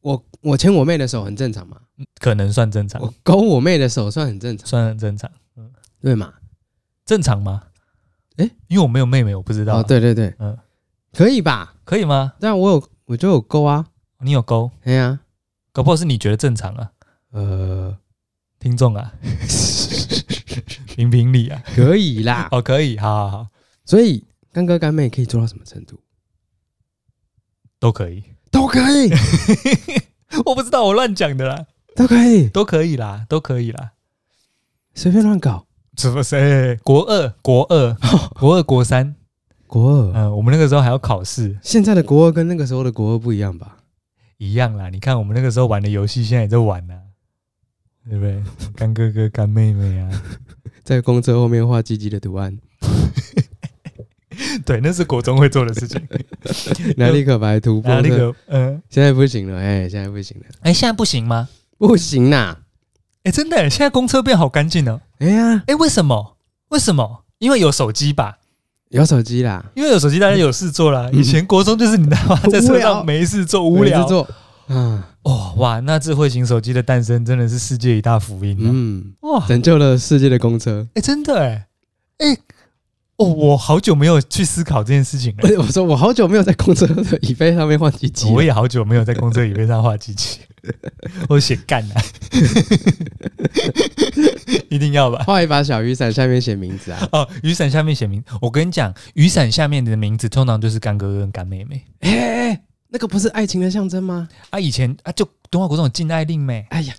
[SPEAKER 1] 我我牵我妹的手很正常嘛，
[SPEAKER 2] 可能算正常，
[SPEAKER 1] 我勾我妹的手算很正常，
[SPEAKER 2] 算正常，
[SPEAKER 1] 对嘛？
[SPEAKER 2] 正常吗？
[SPEAKER 1] 诶
[SPEAKER 2] 因为我没有妹妹，我不知道啊、
[SPEAKER 1] 哦，对对对，
[SPEAKER 2] 嗯，
[SPEAKER 1] 可以吧？
[SPEAKER 2] 可以吗？
[SPEAKER 1] 但我有我就有勾啊，
[SPEAKER 2] 你有勾，
[SPEAKER 1] 哎呀、
[SPEAKER 2] 搞不好是你觉得正常啊，
[SPEAKER 1] 呃，
[SPEAKER 2] 听众啊，评评理啊，
[SPEAKER 1] 可以啦。
[SPEAKER 2] 哦，可以，好好好，
[SPEAKER 1] 所以干哥干妹可以做到什么程度？
[SPEAKER 2] 都可以，
[SPEAKER 1] 都可以，
[SPEAKER 2] 我不知道，我乱讲的啦，
[SPEAKER 1] 都可以，
[SPEAKER 2] 都可以啦，都可以啦。
[SPEAKER 1] 随便乱搞。
[SPEAKER 2] 什么谁？国二，国 二，国二，国三。
[SPEAKER 1] 国二，
[SPEAKER 2] 嗯，我们那个时候还要考试，
[SPEAKER 1] 现在的国二跟那个时候的国二不一样吧？
[SPEAKER 2] 一样啦。你看我们那个时候玩的游戏，现在也在玩呢、对不对？干哥哥、干妹妹啊，
[SPEAKER 1] 在公车后面画鸡鸡的图 案，
[SPEAKER 2] 对，那是国中会做的 事情。
[SPEAKER 1] 哪里可白突破？
[SPEAKER 2] 然后那个，嗯、
[SPEAKER 1] 现在不行了，哎、现在不行了，
[SPEAKER 2] 哎，现在不行吗？
[SPEAKER 1] 不行啦，
[SPEAKER 2] 哎、真的耶，现在公车变好干净哦。
[SPEAKER 1] 哎呀，
[SPEAKER 2] 哎、为什么？为什么？因为有手机吧？
[SPEAKER 1] 有手机啦，
[SPEAKER 2] 因为有手机，大家有事做啦。
[SPEAKER 1] 嗯
[SPEAKER 2] 以前国中就是你他妈在车
[SPEAKER 1] 无聊
[SPEAKER 2] 上没事做，无聊
[SPEAKER 1] 没事做啊，
[SPEAKER 2] 哦，哇，那智慧型手机的诞生真的是世界一大福音、啊
[SPEAKER 1] 嗯，
[SPEAKER 2] 哇！哎、
[SPEAKER 1] 拯救了世界的公车。
[SPEAKER 2] 真的哎、哎、哦，我好久没有去思考这件事情了。
[SPEAKER 1] 我说我好久没有在公车的椅背上面换机机了，
[SPEAKER 2] 我也好久没有在公车椅背上画 机器，我写干啊， 一定要吧？
[SPEAKER 1] 画一把小雨伞，下面写名字啊。
[SPEAKER 2] 哦，雨伞下面写名，我跟你讲，雨伞下面的名字通常就是干哥哥跟干妹妹
[SPEAKER 1] 哎、哎哎那个不是爱情的象征吗？
[SPEAKER 2] 啊。以前啊，就东华国中有禁爱令妹
[SPEAKER 1] 哎呀，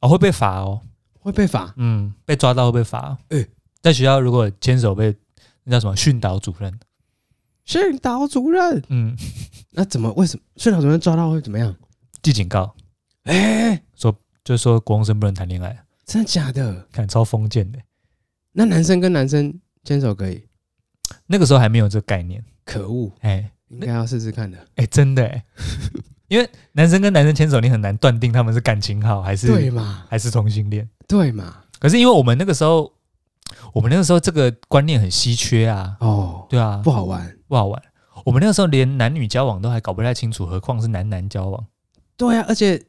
[SPEAKER 2] 啊、会被罚哦，
[SPEAKER 1] 会被罚。
[SPEAKER 2] 嗯，被抓到会被罚、哦。
[SPEAKER 1] 哎
[SPEAKER 2] 在学校如果牵手被那叫什么训导主任，
[SPEAKER 1] 训导主任，
[SPEAKER 2] 嗯，
[SPEAKER 1] 那怎么为什么训导主任抓到会怎么样？
[SPEAKER 2] 记警告，
[SPEAKER 1] 哎、
[SPEAKER 2] 就说国中生不能谈恋爱，
[SPEAKER 1] 真的假的？
[SPEAKER 2] 看超封建的。
[SPEAKER 1] 那男生跟男生牵手可以？
[SPEAKER 2] 那个时候还没有这个概念，
[SPEAKER 1] 可恶，
[SPEAKER 2] 哎、
[SPEAKER 1] 应该要试试看的，
[SPEAKER 2] 哎、真的哎、 因为男生跟男生牵手，你很难断定他们是感情好还
[SPEAKER 1] 对
[SPEAKER 2] 是
[SPEAKER 1] 嘛？
[SPEAKER 2] 还是同性恋。
[SPEAKER 1] 对嘛？
[SPEAKER 2] 可是因为我们那个时候，我们那个时候这个观念很稀缺啊，
[SPEAKER 1] 哦，
[SPEAKER 2] 对啊，
[SPEAKER 1] 不好玩。
[SPEAKER 2] 不好玩。我们那个时候连男女交往都还搞不太清楚，何况是男男交往？
[SPEAKER 1] 对啊，而且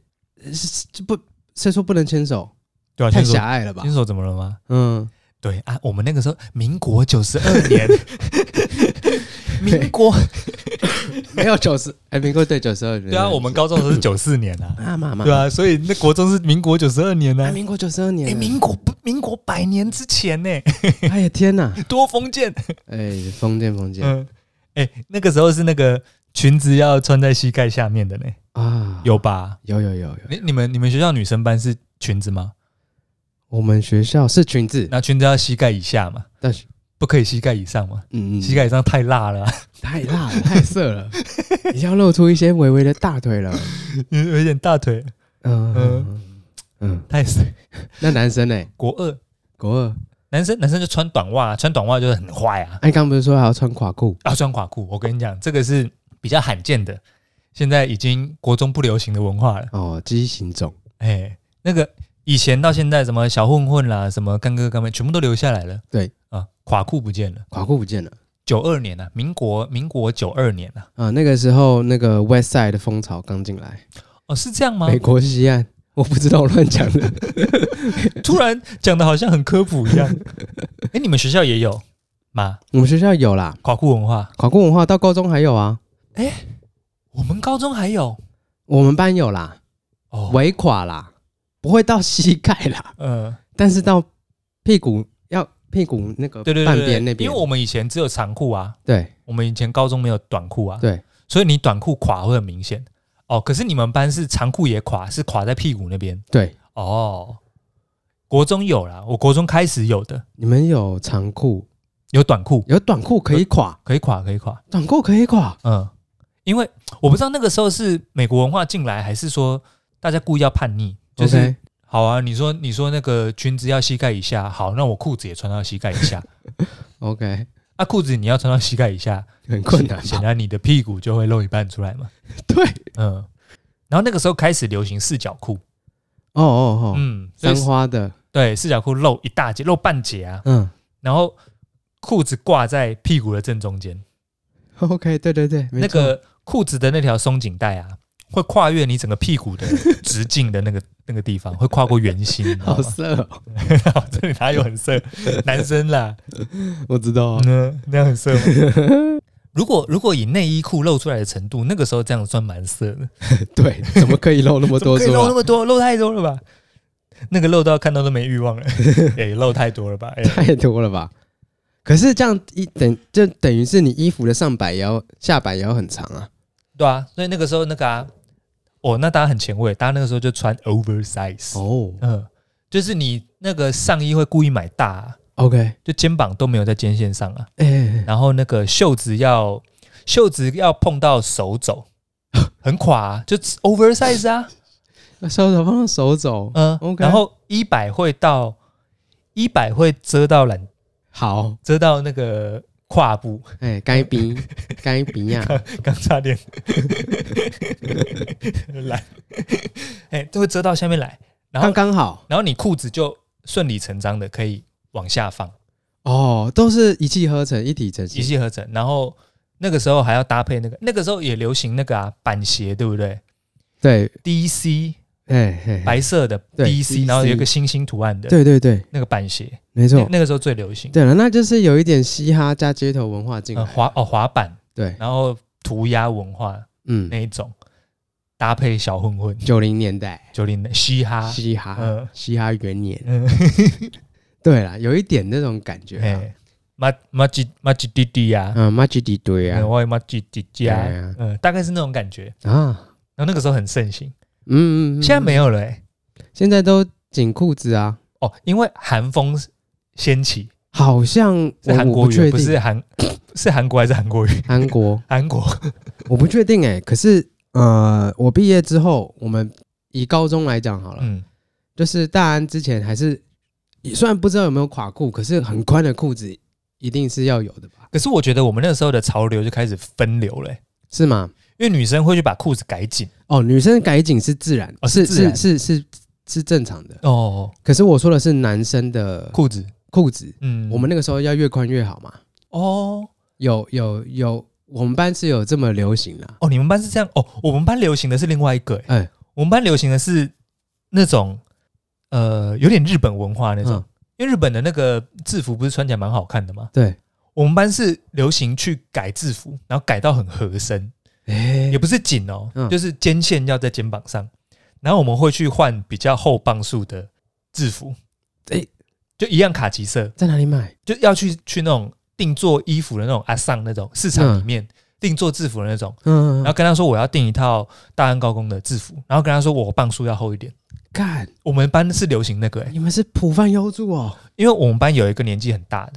[SPEAKER 1] 呃是这不谁说不能牵手？
[SPEAKER 2] 对啊，
[SPEAKER 1] 太
[SPEAKER 2] 牵手
[SPEAKER 1] 狭隘了吧
[SPEAKER 2] 牵？手怎么了吗？
[SPEAKER 1] 嗯，
[SPEAKER 2] 对啊，我们那个时候民国九十二 年，民国
[SPEAKER 1] 没有九十， 哎，民国对九十二。
[SPEAKER 2] 对啊，我们高中的时候是九四年啊，
[SPEAKER 1] 啊妈妈
[SPEAKER 2] 对，啊，所以那国中是民国九十二年呢、
[SPEAKER 1] 啊，
[SPEAKER 2] 啊。
[SPEAKER 1] 民国九十二
[SPEAKER 2] 哎、
[SPEAKER 1] 年了，
[SPEAKER 2] 民国不民国百年之前呢、
[SPEAKER 1] 哎呀天 哪，
[SPEAKER 2] 多封建。
[SPEAKER 1] 哎，封建封建
[SPEAKER 2] 嗯，哎、那个时候是那个裙子要穿在膝盖下面的呢，
[SPEAKER 1] 啊，
[SPEAKER 2] 有吧？
[SPEAKER 1] 有有有有，
[SPEAKER 2] 你你们你们学校女生班是裙子吗？
[SPEAKER 1] 我们学校是裙子，
[SPEAKER 2] 那裙子要膝盖以下嘛，
[SPEAKER 1] 但是
[SPEAKER 2] 不可以膝盖以上嘛，
[SPEAKER 1] 嗯嗯，
[SPEAKER 2] 膝盖以上太辣了啊、
[SPEAKER 1] 太辣了，太涩了， 已经要露出一些微微的大腿了。
[SPEAKER 2] 有有一点大腿
[SPEAKER 1] 嗯
[SPEAKER 2] 嗯
[SPEAKER 1] 嗯嗯，
[SPEAKER 2] 太
[SPEAKER 1] 那男生呢？
[SPEAKER 2] 国二。
[SPEAKER 1] 国二，
[SPEAKER 2] 男生男生就穿短袜，啊穿短袜就是很坏啊！
[SPEAKER 1] 哎，刚不是说还要穿垮裤？
[SPEAKER 2] 啊，穿垮裤，我跟你讲，这个是比较罕见的，现在已经国中不流行的文化了。
[SPEAKER 1] 哦，畸形种。
[SPEAKER 2] 哎、那个以前到现在，什么小混混啦，什么干哥干妹，全部都留下来了。
[SPEAKER 1] 对
[SPEAKER 2] 啊，垮裤不见了。
[SPEAKER 1] 垮裤不见了
[SPEAKER 2] 九二年啊，民国民国九二年啊，
[SPEAKER 1] 啊！那个时候，那个 West Side 的风潮刚进来，
[SPEAKER 2] 哦，是这样吗
[SPEAKER 1] 美？国西岸，我不知道，我乱讲 的。
[SPEAKER 2] 突然讲的好像很科普一 样。哎、你们学校也有吗？
[SPEAKER 1] 我们学校有啦，
[SPEAKER 2] 垮裤文化？
[SPEAKER 1] 垮裤文化到高中还有啊，
[SPEAKER 2] 我们高中还有
[SPEAKER 1] 我们班有啦，
[SPEAKER 2] 哦，
[SPEAKER 1] 围垮啦，不会到膝盖啦，
[SPEAKER 2] 呃，
[SPEAKER 1] 但是到屁股要屁股那个
[SPEAKER 2] 对对
[SPEAKER 1] 半
[SPEAKER 2] 对
[SPEAKER 1] 边那
[SPEAKER 2] 对，
[SPEAKER 1] 边，
[SPEAKER 2] 因为我们以前只有长裤啊，
[SPEAKER 1] 对
[SPEAKER 2] 我们以前高中没有短裤啊，
[SPEAKER 1] 对，
[SPEAKER 2] 所以你短裤垮会很明显。哦，可是你们班是长裤也垮，是垮在屁股那边。
[SPEAKER 1] 对，
[SPEAKER 2] 哦，国中有啦，我国中开始有的，
[SPEAKER 1] 你们有长裤，
[SPEAKER 2] 有短裤，
[SPEAKER 1] 有短裤可以垮，
[SPEAKER 2] 可以垮，可以垮。
[SPEAKER 1] 短裤可以垮，
[SPEAKER 2] 嗯，因为我不知道那个时候是美国文化进来，还是说大家故意要叛逆，就是
[SPEAKER 1] OK
[SPEAKER 2] 好啊，你说你说那个裙子要膝盖以下，好，那我裤子也穿到膝盖以 下。
[SPEAKER 1] OK，
[SPEAKER 2] 啊，裤子你要穿到膝盖以下，
[SPEAKER 1] 很困难
[SPEAKER 2] 显
[SPEAKER 1] 吧？
[SPEAKER 2] 然你的屁股就会露一半出来嘛。
[SPEAKER 1] 对，
[SPEAKER 2] 嗯，然后那个时候开始流行四角裤，
[SPEAKER 1] 哦哦哦，
[SPEAKER 2] 嗯，所以
[SPEAKER 1] 三花的，
[SPEAKER 2] 对，四角裤露一大截，露半截啊，
[SPEAKER 1] 嗯
[SPEAKER 2] 然后裤子挂在屁股的正中间，
[SPEAKER 1] ，OK，对对对，没
[SPEAKER 2] 那
[SPEAKER 1] 错
[SPEAKER 2] 个裤子的那条松紧带啊，会跨越你整个屁股的直径的 那个那个地方，会跨过圆心，你知 道
[SPEAKER 1] 好
[SPEAKER 2] 吗
[SPEAKER 1] 色哦，
[SPEAKER 2] 这里哪有很色？男生啦，
[SPEAKER 1] 我知道啊，
[SPEAKER 2] 嗯，那样很色吗？如果如果以内衣裤露出来的程度，那个时候这样算蛮色的，
[SPEAKER 1] 对，怎么可以露那么
[SPEAKER 2] 嗯 怎
[SPEAKER 1] 多
[SPEAKER 2] 么可以露那
[SPEAKER 1] 出啊？
[SPEAKER 2] 么多，露太多了吧？那个露到看到都没欲 望了，哎、露太多了吧？哎、
[SPEAKER 1] 太多了吧？可是这样一等，就等于是你衣服的上摆也要下摆也要很长啊。
[SPEAKER 2] 对啊，所以那个时候那个啊，哦，那大家很前卫，大家那个时候就穿 oversize，
[SPEAKER 1] 哦
[SPEAKER 2] 嗯，就是你那个上衣会故意买大、啊，
[SPEAKER 1] ，OK，哎
[SPEAKER 2] 就肩膀都没有在肩线上啊，、
[SPEAKER 1] 哎
[SPEAKER 2] 然后那个袖子要袖子要碰到手肘， 很垮、啊，就 oversize 啊，
[SPEAKER 1] 哎手肘放到手肘，
[SPEAKER 2] 嗯
[SPEAKER 1] OK
[SPEAKER 2] 然后衣摆会到衣摆会遮到懒
[SPEAKER 1] 好，
[SPEAKER 2] 遮到那个胯部，
[SPEAKER 1] 哎、该鼻该鼻呀，
[SPEAKER 2] 刚差点 懒，哎、都会遮到下面来，然后
[SPEAKER 1] 刚刚好
[SPEAKER 2] 然后你裤子就顺理成章的可以往下放，
[SPEAKER 1] 哦，都是一气呵成、一体成
[SPEAKER 2] 一
[SPEAKER 1] 型。
[SPEAKER 2] 气呵成。然后那个时候还要搭配那个，那个时候也流行那个啊板鞋，对不对
[SPEAKER 1] 对，
[SPEAKER 2] ？DC
[SPEAKER 1] 哎嘿，嘿
[SPEAKER 2] 白色的
[SPEAKER 1] 对
[SPEAKER 2] DC，
[SPEAKER 1] DC
[SPEAKER 2] 然后有一个星星图案的
[SPEAKER 1] 对对对，
[SPEAKER 2] 那个板鞋，
[SPEAKER 1] 没
[SPEAKER 2] 那
[SPEAKER 1] 错。
[SPEAKER 2] 那个时候最流行。
[SPEAKER 1] 对了，那就是有一点嘻哈加街头文化进
[SPEAKER 2] 呃
[SPEAKER 1] 来。
[SPEAKER 2] 滑哦滑板，
[SPEAKER 1] 对，
[SPEAKER 2] 然后涂鸦文化
[SPEAKER 1] 嗯，
[SPEAKER 2] 那一种，搭配小混混，
[SPEAKER 1] 九零年代
[SPEAKER 2] 九零嘻哈，
[SPEAKER 1] 嘻哈，
[SPEAKER 2] 嗯
[SPEAKER 1] 嘻哈元年。
[SPEAKER 2] 嗯，
[SPEAKER 1] 对啦，有一点那种感觉啊。
[SPEAKER 2] 嘿，哎马马吉马吉弟弟呀，
[SPEAKER 1] 嗯，马吉迪堆啊
[SPEAKER 2] 嗯，我也马吉弟弟
[SPEAKER 1] 对
[SPEAKER 2] 呀
[SPEAKER 1] 啊，
[SPEAKER 2] 嗯，大概是那种感觉。
[SPEAKER 1] 啊，
[SPEAKER 2] 然后那个时候很盛行，
[SPEAKER 1] 嗯，嗯嗯
[SPEAKER 2] 嗯现在没有了欸
[SPEAKER 1] 现在都紧裤子啊，
[SPEAKER 2] 哦，因为韩风掀起，
[SPEAKER 1] 好像
[SPEAKER 2] 是
[SPEAKER 1] 我
[SPEAKER 2] 韩
[SPEAKER 1] 我
[SPEAKER 2] 国
[SPEAKER 1] 不
[SPEAKER 2] 语，啊
[SPEAKER 1] 确
[SPEAKER 2] 不是
[SPEAKER 1] 定
[SPEAKER 2] 韩，是韩国还是韩国语？
[SPEAKER 1] 韩国，
[SPEAKER 2] 韩国
[SPEAKER 1] 我不确定哎、可是呃，我毕业之后，我们以高中来讲好了，
[SPEAKER 2] 嗯，
[SPEAKER 1] 就是大安之前还是虽然不知道有没有垮裤，可是很宽的裤子一定是要有的吧？
[SPEAKER 2] 可是我觉得我们那个时候的潮流就开始分流了欸，
[SPEAKER 1] 是吗？
[SPEAKER 2] 因为女生会去把裤子改紧
[SPEAKER 1] 哦，女生改紧是自然，
[SPEAKER 2] 哦是
[SPEAKER 1] 是
[SPEAKER 2] 自然
[SPEAKER 1] 是是是是正常的。
[SPEAKER 2] 哦，
[SPEAKER 1] 可是我说的是男生的
[SPEAKER 2] 裤子，
[SPEAKER 1] 裤子，
[SPEAKER 2] 嗯，
[SPEAKER 1] 我们那个时候要越宽越好嘛。
[SPEAKER 2] 哦。
[SPEAKER 1] 有有有，我们班是有这么流行啦。
[SPEAKER 2] 哦，你们班是这样哦，我们班流行的是另外一个、欸，
[SPEAKER 1] 哎
[SPEAKER 2] 我们班流行的是那种呃有点日本文化那种，
[SPEAKER 1] 嗯，
[SPEAKER 2] 因为日本的那个制服不是穿起来蛮好看的吗？
[SPEAKER 1] 对，
[SPEAKER 2] 我们班是流行去改制服，然后改到很合身，
[SPEAKER 1] 哎
[SPEAKER 2] 也不是紧哦，
[SPEAKER 1] 嗯
[SPEAKER 2] 就是肩线要在肩膀上，然后我们会去换比较厚磅数的制服，
[SPEAKER 1] 哎
[SPEAKER 2] 就一样卡其色，
[SPEAKER 1] 在哪里买？
[SPEAKER 2] 就要去去那种定做衣服的那种阿桑那种市场里面、定做制服的那种。
[SPEAKER 1] 嗯，
[SPEAKER 2] 然后跟他说我要订一套大安高工的制服，然后跟他说我磅数要厚一点。
[SPEAKER 1] 干，
[SPEAKER 2] 我们班是流行那个、欸，
[SPEAKER 1] 你们是普泛优助哦。
[SPEAKER 2] 因为我们班有一个年纪很大的，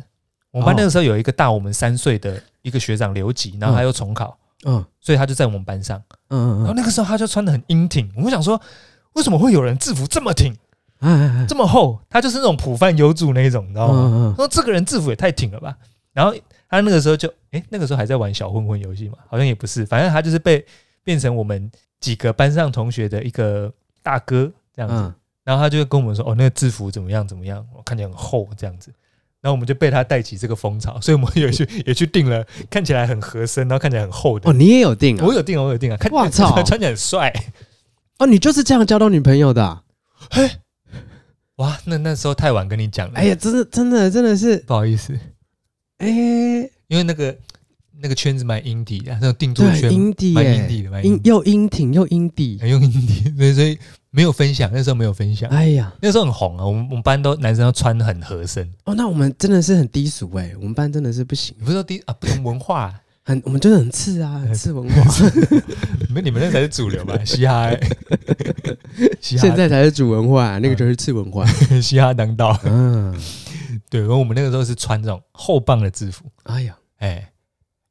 [SPEAKER 2] 我们班
[SPEAKER 1] 哦
[SPEAKER 2] 那个时候有一个大我们三岁的一个学长留级，然后他又重考，
[SPEAKER 1] 嗯
[SPEAKER 2] 所以他就在我们班上。
[SPEAKER 1] 嗯
[SPEAKER 2] 然后
[SPEAKER 1] 嗯
[SPEAKER 2] 哦那个时候他就穿的很英挺，我想说为什么会有人制服这么挺、
[SPEAKER 1] 嗯，哎
[SPEAKER 2] 这哦么厚？他就是那种普泛优助那一种，你知道吗？
[SPEAKER 1] 嗯嗯
[SPEAKER 2] 说这个人制服也太挺了吧。然后他那个时候就，哎、那个时候还在玩小混混游戏嘛，好像也不是，反正他就是被变成我们几个班上同学的一个大哥这样子。
[SPEAKER 1] 嗯，
[SPEAKER 2] 然后他就会跟我们说，哦，那个制服怎么样怎么样，我看起来很厚这样子。然后我们就被他带起这个风潮，所以我们也去 也去订了，看起来很合身，然后看起来很厚的。
[SPEAKER 1] 哦，你也有定啊？
[SPEAKER 2] 我有订啊，我有订啊，看
[SPEAKER 1] 哇操
[SPEAKER 2] 穿起来很帅。
[SPEAKER 1] 哦，你就是这样交到女朋友的啊？
[SPEAKER 2] 哇，那那时候太晚跟你讲了，
[SPEAKER 1] 哎呀，真的真的真的是，
[SPEAKER 2] 不好意思，
[SPEAKER 1] 哎，
[SPEAKER 2] 因为那个那个圈子蛮 indie 的，那种定做
[SPEAKER 1] 对，
[SPEAKER 2] 圈
[SPEAKER 1] 阴底
[SPEAKER 2] 蛮
[SPEAKER 1] 耶
[SPEAKER 2] indie 的，蛮哎
[SPEAKER 1] 阴
[SPEAKER 2] indie
[SPEAKER 1] 又阴挺又阴底
[SPEAKER 2] 的，，用 indie，所以所以没有分享，那时候没有分享，
[SPEAKER 1] 哎呀，
[SPEAKER 2] 那时候很红啊，我们我们班都男生都穿得很合身，
[SPEAKER 1] 哦，那我们真的是很低俗哎，我们班真的是不行，
[SPEAKER 2] 你不是说第啊不同文化啊、
[SPEAKER 1] 很我们就是很次啊，
[SPEAKER 2] 哎
[SPEAKER 1] 很次 文化，
[SPEAKER 2] 没你们那才是主流吧？嘻哈、欸，嘻哈，
[SPEAKER 1] 现在才是主文
[SPEAKER 2] 嗯
[SPEAKER 1] 化，那个就是次文 化。
[SPEAKER 2] 嘻哈当道。
[SPEAKER 1] 嗯，
[SPEAKER 2] 对，然后我们那个时候是穿这种厚棒的制服，
[SPEAKER 1] 哎呀
[SPEAKER 2] 哎、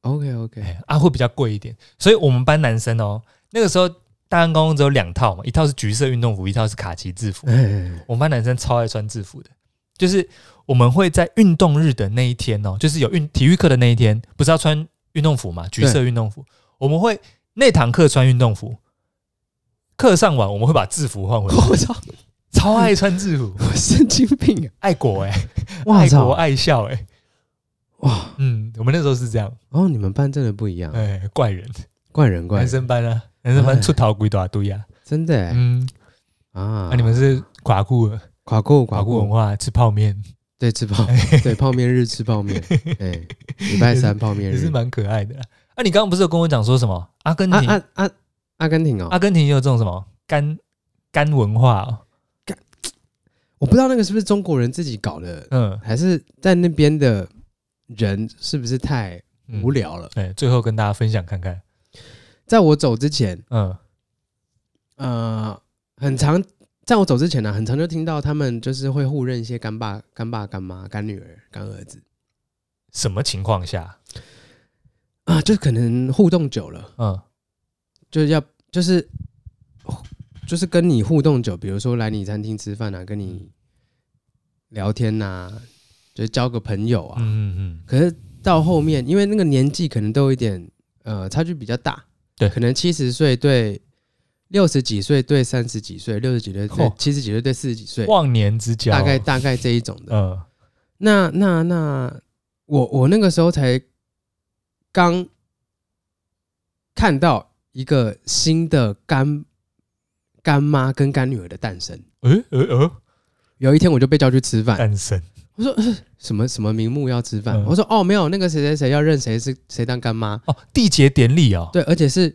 [SPEAKER 1] ，OK OK，
[SPEAKER 2] 哎啊，会比较贵一点。所以我们班男生哦，那个时候大安高工只有两套嘛，一套是橘色运动服，一套是卡其制服。
[SPEAKER 1] 哎，
[SPEAKER 2] 我们班男生超爱穿制服的，就是我们会在运动日的那一天哦，就是有运体育课的那一天，不是要穿运动服嘛，橘色运动服，我们会那堂课穿运动服。课上完，我们会把制服换回来。
[SPEAKER 1] 我操，
[SPEAKER 2] 超爱穿制服，
[SPEAKER 1] 我神经 病啊！
[SPEAKER 2] 爱 国哎、
[SPEAKER 1] 哇
[SPEAKER 2] 爱国
[SPEAKER 1] 操，
[SPEAKER 2] 爱校哎、
[SPEAKER 1] 哇，
[SPEAKER 2] 嗯，我们那时候是这样，
[SPEAKER 1] 哦，你们班真的不一样，
[SPEAKER 2] 哎、怪人，
[SPEAKER 1] 怪人怪
[SPEAKER 2] 男
[SPEAKER 1] 人，
[SPEAKER 2] 生班啊，男生班
[SPEAKER 1] 哎
[SPEAKER 2] 出逃鬼大堆啊，
[SPEAKER 1] 真的哎
[SPEAKER 2] 嗯，
[SPEAKER 1] 啊
[SPEAKER 2] 啊，你们是垮裤了，
[SPEAKER 1] 垮裤垮
[SPEAKER 2] 垮裤文
[SPEAKER 1] 裤，
[SPEAKER 2] 化，吃泡面
[SPEAKER 1] 对，吃 泡，对，泡面日吃泡面，哎，礼拜三泡面
[SPEAKER 2] 也是
[SPEAKER 1] 日，
[SPEAKER 2] 蛮可爱的啦。啊，你刚刚不是有跟我讲说什么阿根
[SPEAKER 1] 啊
[SPEAKER 2] 廷，
[SPEAKER 1] 啊啊，阿根廷哦
[SPEAKER 2] 阿，根廷也有这种什么干干文化、哦，
[SPEAKER 1] 我不知道那个是不是中国人自己搞的，
[SPEAKER 2] 嗯
[SPEAKER 1] 还是在那边的人是不是太
[SPEAKER 2] 嗯
[SPEAKER 1] 无聊了？
[SPEAKER 2] 哎、最后跟大家分享看看，
[SPEAKER 1] 在我走之前，
[SPEAKER 2] 嗯
[SPEAKER 1] 呃，很常在我走之前呢、很常就听到他们就是会互认一些干爸、干爸、干妈、干女儿、干儿子
[SPEAKER 2] 什么情况下，
[SPEAKER 1] 啊，就可能互动久了，
[SPEAKER 2] 嗯
[SPEAKER 1] 就是要就是就是跟你互动久，比如说来你餐厅吃饭啊，跟
[SPEAKER 2] 嗯
[SPEAKER 1] 你聊天呐、就是交个朋友啊。
[SPEAKER 2] 嗯嗯
[SPEAKER 1] 可是到后面，因为那个年纪可能都有一点呃差距比较大，
[SPEAKER 2] 对
[SPEAKER 1] 可能七十岁对六十几岁对三十几岁，六十几岁对
[SPEAKER 2] 哦
[SPEAKER 1] 七十几岁对四十几岁，
[SPEAKER 2] 忘年之交，
[SPEAKER 1] 大概大概这一种的。
[SPEAKER 2] 呃，
[SPEAKER 1] 那那那，我我那个时候才刚看到一个新的干干妈跟干女儿的诞生。
[SPEAKER 2] 呃呃呃，
[SPEAKER 1] 有一天我就被叫去吃饭，
[SPEAKER 2] 诞生
[SPEAKER 1] 我说呃什么什么名目要吃饭？
[SPEAKER 2] 哎嗯
[SPEAKER 1] 我说哦没有，那个谁谁谁要认谁是谁当干妈，
[SPEAKER 2] 哦，缔结典礼哦，
[SPEAKER 1] 对，而且是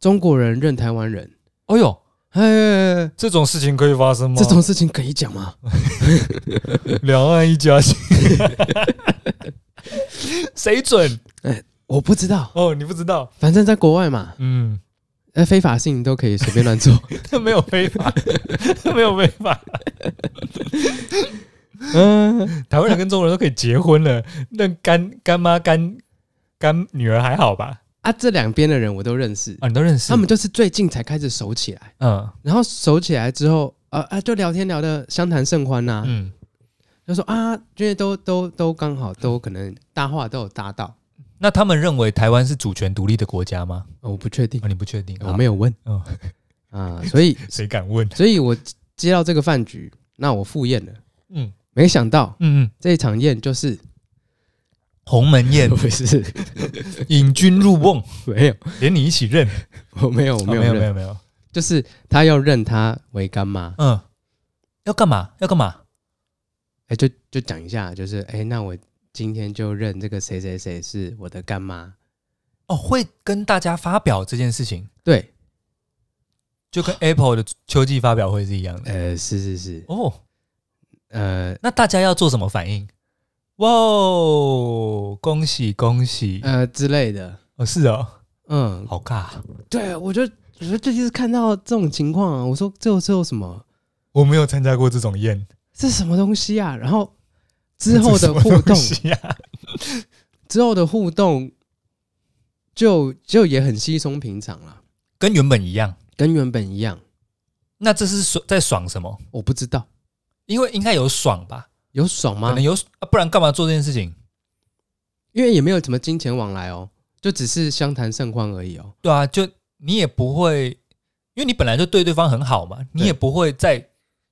[SPEAKER 1] 中国人认台湾人，
[SPEAKER 2] 哦呦，
[SPEAKER 1] 哎哎，哎
[SPEAKER 2] 这种事情可以发生吗？
[SPEAKER 1] 这种事情可以讲吗？
[SPEAKER 2] 两岸一家亲， 谁准？
[SPEAKER 1] 我不知道，
[SPEAKER 2] 哦，你不知道，
[SPEAKER 1] 反正在国外嘛，
[SPEAKER 2] 嗯，
[SPEAKER 1] 呃，非法性都可以随便乱做。
[SPEAKER 2] 这没有非法，这没有非法，
[SPEAKER 1] 嗯，
[SPEAKER 2] 台湾人跟中国人都可以结婚了，那干干妈干干女儿还好吧？
[SPEAKER 1] 啊，这两边的人我都认识，
[SPEAKER 2] 啊，你都认识
[SPEAKER 1] 他们，啊就是最近才开始熟起来，
[SPEAKER 2] 嗯
[SPEAKER 1] 然后熟起来之后，呃啊，就聊天聊得相谈甚欢呐、
[SPEAKER 2] 嗯，
[SPEAKER 1] 就说啊，因为都都都刚好都可能搭话都有搭到，
[SPEAKER 2] 那他们认为台湾是主权独立的国家吗？
[SPEAKER 1] 呃我不确定
[SPEAKER 2] 哦，，你不确定，
[SPEAKER 1] 我没
[SPEAKER 2] 有，
[SPEAKER 1] 有问
[SPEAKER 2] 哦
[SPEAKER 1] 啊，所以
[SPEAKER 2] 谁敢问？
[SPEAKER 1] 所以我接到这个饭局，那我赴宴了，
[SPEAKER 2] 嗯
[SPEAKER 1] 没想到
[SPEAKER 2] 嗯嗯，
[SPEAKER 1] 这一场宴就是
[SPEAKER 2] 鸿门宴
[SPEAKER 1] 不是
[SPEAKER 2] 引君入瓮，
[SPEAKER 1] 没有，
[SPEAKER 2] 连你一起认，
[SPEAKER 1] 我没有我
[SPEAKER 2] 哦
[SPEAKER 1] 没有
[SPEAKER 2] 没有没
[SPEAKER 1] 认，
[SPEAKER 2] 有没有，
[SPEAKER 1] 就是他要认她为干妈，
[SPEAKER 2] 嗯，要干嘛？要干嘛？
[SPEAKER 1] 哎、就就讲一下，就是哎、那我今天就认这个谁谁谁是我的干妈，
[SPEAKER 2] 哦，会跟大家发表这件事情，
[SPEAKER 1] 对，
[SPEAKER 2] 就跟 Apple 的秋季发表会是一样的。
[SPEAKER 1] 呃，是是是，
[SPEAKER 2] 哦，
[SPEAKER 1] 呃
[SPEAKER 2] 那大家要做什么反应？哇哦，恭喜恭喜！
[SPEAKER 1] 呃之类的，
[SPEAKER 2] 哦，是哦，
[SPEAKER 1] 嗯，
[SPEAKER 2] 好尬，
[SPEAKER 1] 对，我就我就这就是看到这种情况啊，我说这有这有什么？
[SPEAKER 2] 我没有参加过这种宴
[SPEAKER 1] 这什么东西啊？然后之后的
[SPEAKER 2] 这是什么
[SPEAKER 1] 互
[SPEAKER 2] 东
[SPEAKER 1] 动，
[SPEAKER 2] 西啊，
[SPEAKER 1] 之后的互动就就也很稀松平常了，
[SPEAKER 2] 跟原本一样。
[SPEAKER 1] 跟原本一样。
[SPEAKER 2] 那这是爽在爽什么？
[SPEAKER 1] 我不知道
[SPEAKER 2] 因为应该有爽吧，
[SPEAKER 1] 有爽
[SPEAKER 2] 可
[SPEAKER 1] 吗
[SPEAKER 2] 能？有，啊不然干嘛做这件事情？
[SPEAKER 1] 因为也没有什么金钱往来哦，就只是相谈甚欢而已哦。
[SPEAKER 2] 对啊，就你也不会，因为你本来就对对方很好嘛，你也不会再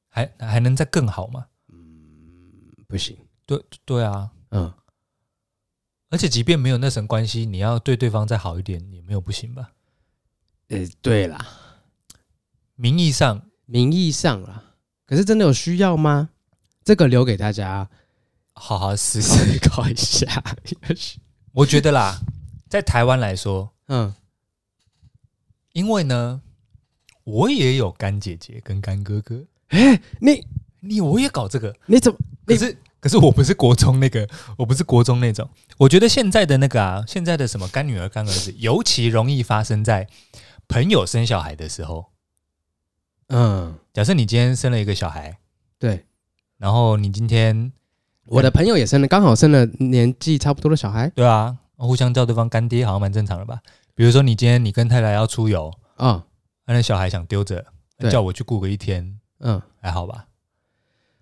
[SPEAKER 2] 还还能再更好嘛。
[SPEAKER 1] 不行，
[SPEAKER 2] 对对啊，
[SPEAKER 1] 嗯，
[SPEAKER 2] 而且即便没有那层关系，你要对对方再好一点也没有不行吧？
[SPEAKER 1] 呃，对啦，
[SPEAKER 2] 名义上
[SPEAKER 1] 名义上啦，可是真的有需要吗？这个留给大家啊
[SPEAKER 2] 好好思考，
[SPEAKER 1] 思考一下。
[SPEAKER 2] 我觉得啦， 在台湾来说，
[SPEAKER 1] 嗯，
[SPEAKER 2] 因为呢，我也有干姐姐跟干哥哥，
[SPEAKER 1] 你
[SPEAKER 2] 你我也搞这个，
[SPEAKER 1] 你怎么？
[SPEAKER 2] 可
[SPEAKER 1] 你
[SPEAKER 2] 是可是我不是国中那个，我不是国中那种。我觉得现在的那个啊，现在的什么干女儿干儿子，尤其容易发生在朋友生小孩的时候。
[SPEAKER 1] 嗯，
[SPEAKER 2] 假设你今天生了一个小孩，
[SPEAKER 1] 对，
[SPEAKER 2] 然后你今天
[SPEAKER 1] 我的朋友也生了，刚好生了年纪差不多的小孩
[SPEAKER 2] 对啊，互相叫对方干爹，好像蛮正常的吧？比如说你今天你跟太太要出游，
[SPEAKER 1] 啊、
[SPEAKER 2] 那小孩想丢着，
[SPEAKER 1] 对
[SPEAKER 2] 叫我去顾个一天，
[SPEAKER 1] 嗯，
[SPEAKER 2] 还好吧？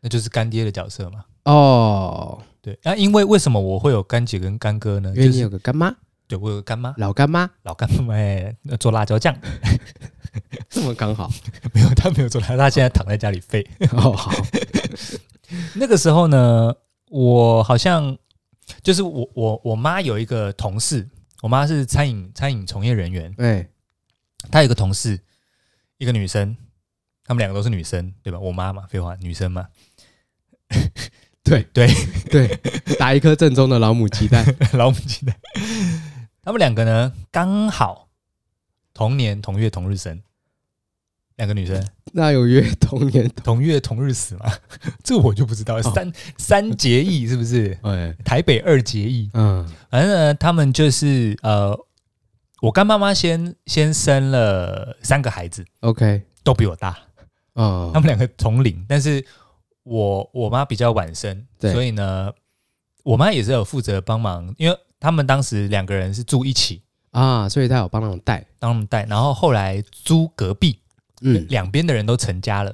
[SPEAKER 2] 那就是干爹的角色嘛。
[SPEAKER 1] 哦，
[SPEAKER 2] 对，那、因为为什么我会有干姐跟干哥呢？
[SPEAKER 1] 因为
[SPEAKER 2] 就
[SPEAKER 1] 你
[SPEAKER 2] 是
[SPEAKER 1] 有个干妈，
[SPEAKER 2] 对我有个干妈，
[SPEAKER 1] 老干妈，
[SPEAKER 2] 老干妈、 哎做辣椒酱，
[SPEAKER 1] 这么刚好。
[SPEAKER 2] 没有，他没有做他，他现在躺在家里废。
[SPEAKER 1] 哦，好，
[SPEAKER 2] 那个时候呢，我好像就是我我我妈有一个同事，我妈是餐饮餐饮从业人员，
[SPEAKER 1] 哎，
[SPEAKER 2] 她有一个同事，一个女生，她们两个都是女生，对吧？我妈嘛，废话，女生嘛，
[SPEAKER 1] 对
[SPEAKER 2] 对
[SPEAKER 1] 对，打一颗正宗的老母鸡 蛋。
[SPEAKER 2] 老母鸡的。她们两个呢，刚好同年同月同日生，两个女生
[SPEAKER 1] 那有约同年同，
[SPEAKER 2] 同月同日死嘛？ 这我就不知道，
[SPEAKER 1] 哦
[SPEAKER 2] 三三结义是不是？
[SPEAKER 1] 哎，
[SPEAKER 2] 台北二结义，
[SPEAKER 1] 嗯
[SPEAKER 2] 反正呢，他们就是呃，我干妈妈先先生了三个孩子，
[SPEAKER 1] ，OK，
[SPEAKER 2] 都比我大，他
[SPEAKER 1] 哦，
[SPEAKER 2] 们两个同龄，但是我我妈比较晚生，
[SPEAKER 1] 对
[SPEAKER 2] 所以呢，我妈也是有负责帮忙，因为他们当时两个人是住一起，
[SPEAKER 1] 啊，所以他有帮忙带，
[SPEAKER 2] 帮他们带，然后后来租隔壁，
[SPEAKER 1] 嗯，
[SPEAKER 2] 两边的人都成家了，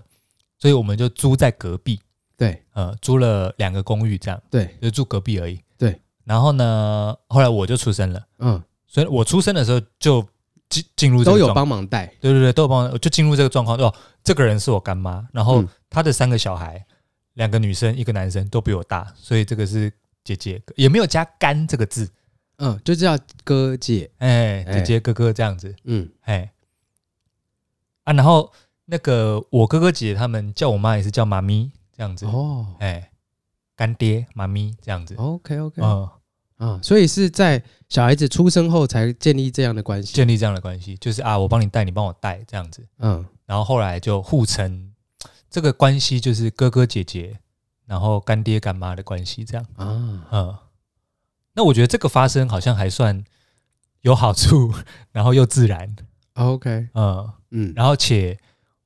[SPEAKER 2] 所以我们就租在隔壁，
[SPEAKER 1] 对
[SPEAKER 2] 呃，租了两个公寓这样，
[SPEAKER 1] 对，
[SPEAKER 2] 就住隔壁而已。
[SPEAKER 1] 对，
[SPEAKER 2] 然后呢，后来我就出生了。
[SPEAKER 1] 嗯，
[SPEAKER 2] 所以我出生的时候就进进入这
[SPEAKER 1] 都
[SPEAKER 2] 个
[SPEAKER 1] 有
[SPEAKER 2] 状
[SPEAKER 1] 帮忙带，
[SPEAKER 2] 对对对，都有帮我就进入这个状况哦。这个人是我干妈，然后
[SPEAKER 1] 嗯
[SPEAKER 2] 她的三个小孩，两个女生一个男生都比我大，所以这个是姐姐，也没有加“干”这个字，
[SPEAKER 1] 嗯，就叫哥姐，
[SPEAKER 2] 哎，
[SPEAKER 1] 哎
[SPEAKER 2] 姐姐哥哥这样子，
[SPEAKER 1] 嗯
[SPEAKER 2] 哎，啊，然后那个我哥哥姐姐他们叫我妈也是叫妈咪这样子，
[SPEAKER 1] 哦
[SPEAKER 2] 哎，干爹妈咪这样子，
[SPEAKER 1] ，OK OK，
[SPEAKER 2] 嗯，
[SPEAKER 1] 啊，所以是在小孩子出生后才建立这样的关系，
[SPEAKER 2] 建立这样的关系，就是啊，我帮你带，你帮我带这样子，
[SPEAKER 1] 嗯
[SPEAKER 2] 然后后来就互称这个关系就是哥哥姐姐，然后干爹干妈的关系这样。
[SPEAKER 1] 啊，
[SPEAKER 2] 嗯，那我觉得这个发生好像还算有好处， 然后又自然，
[SPEAKER 1] 啊 OK，
[SPEAKER 2] 嗯，
[SPEAKER 1] 嗯，
[SPEAKER 2] 然后且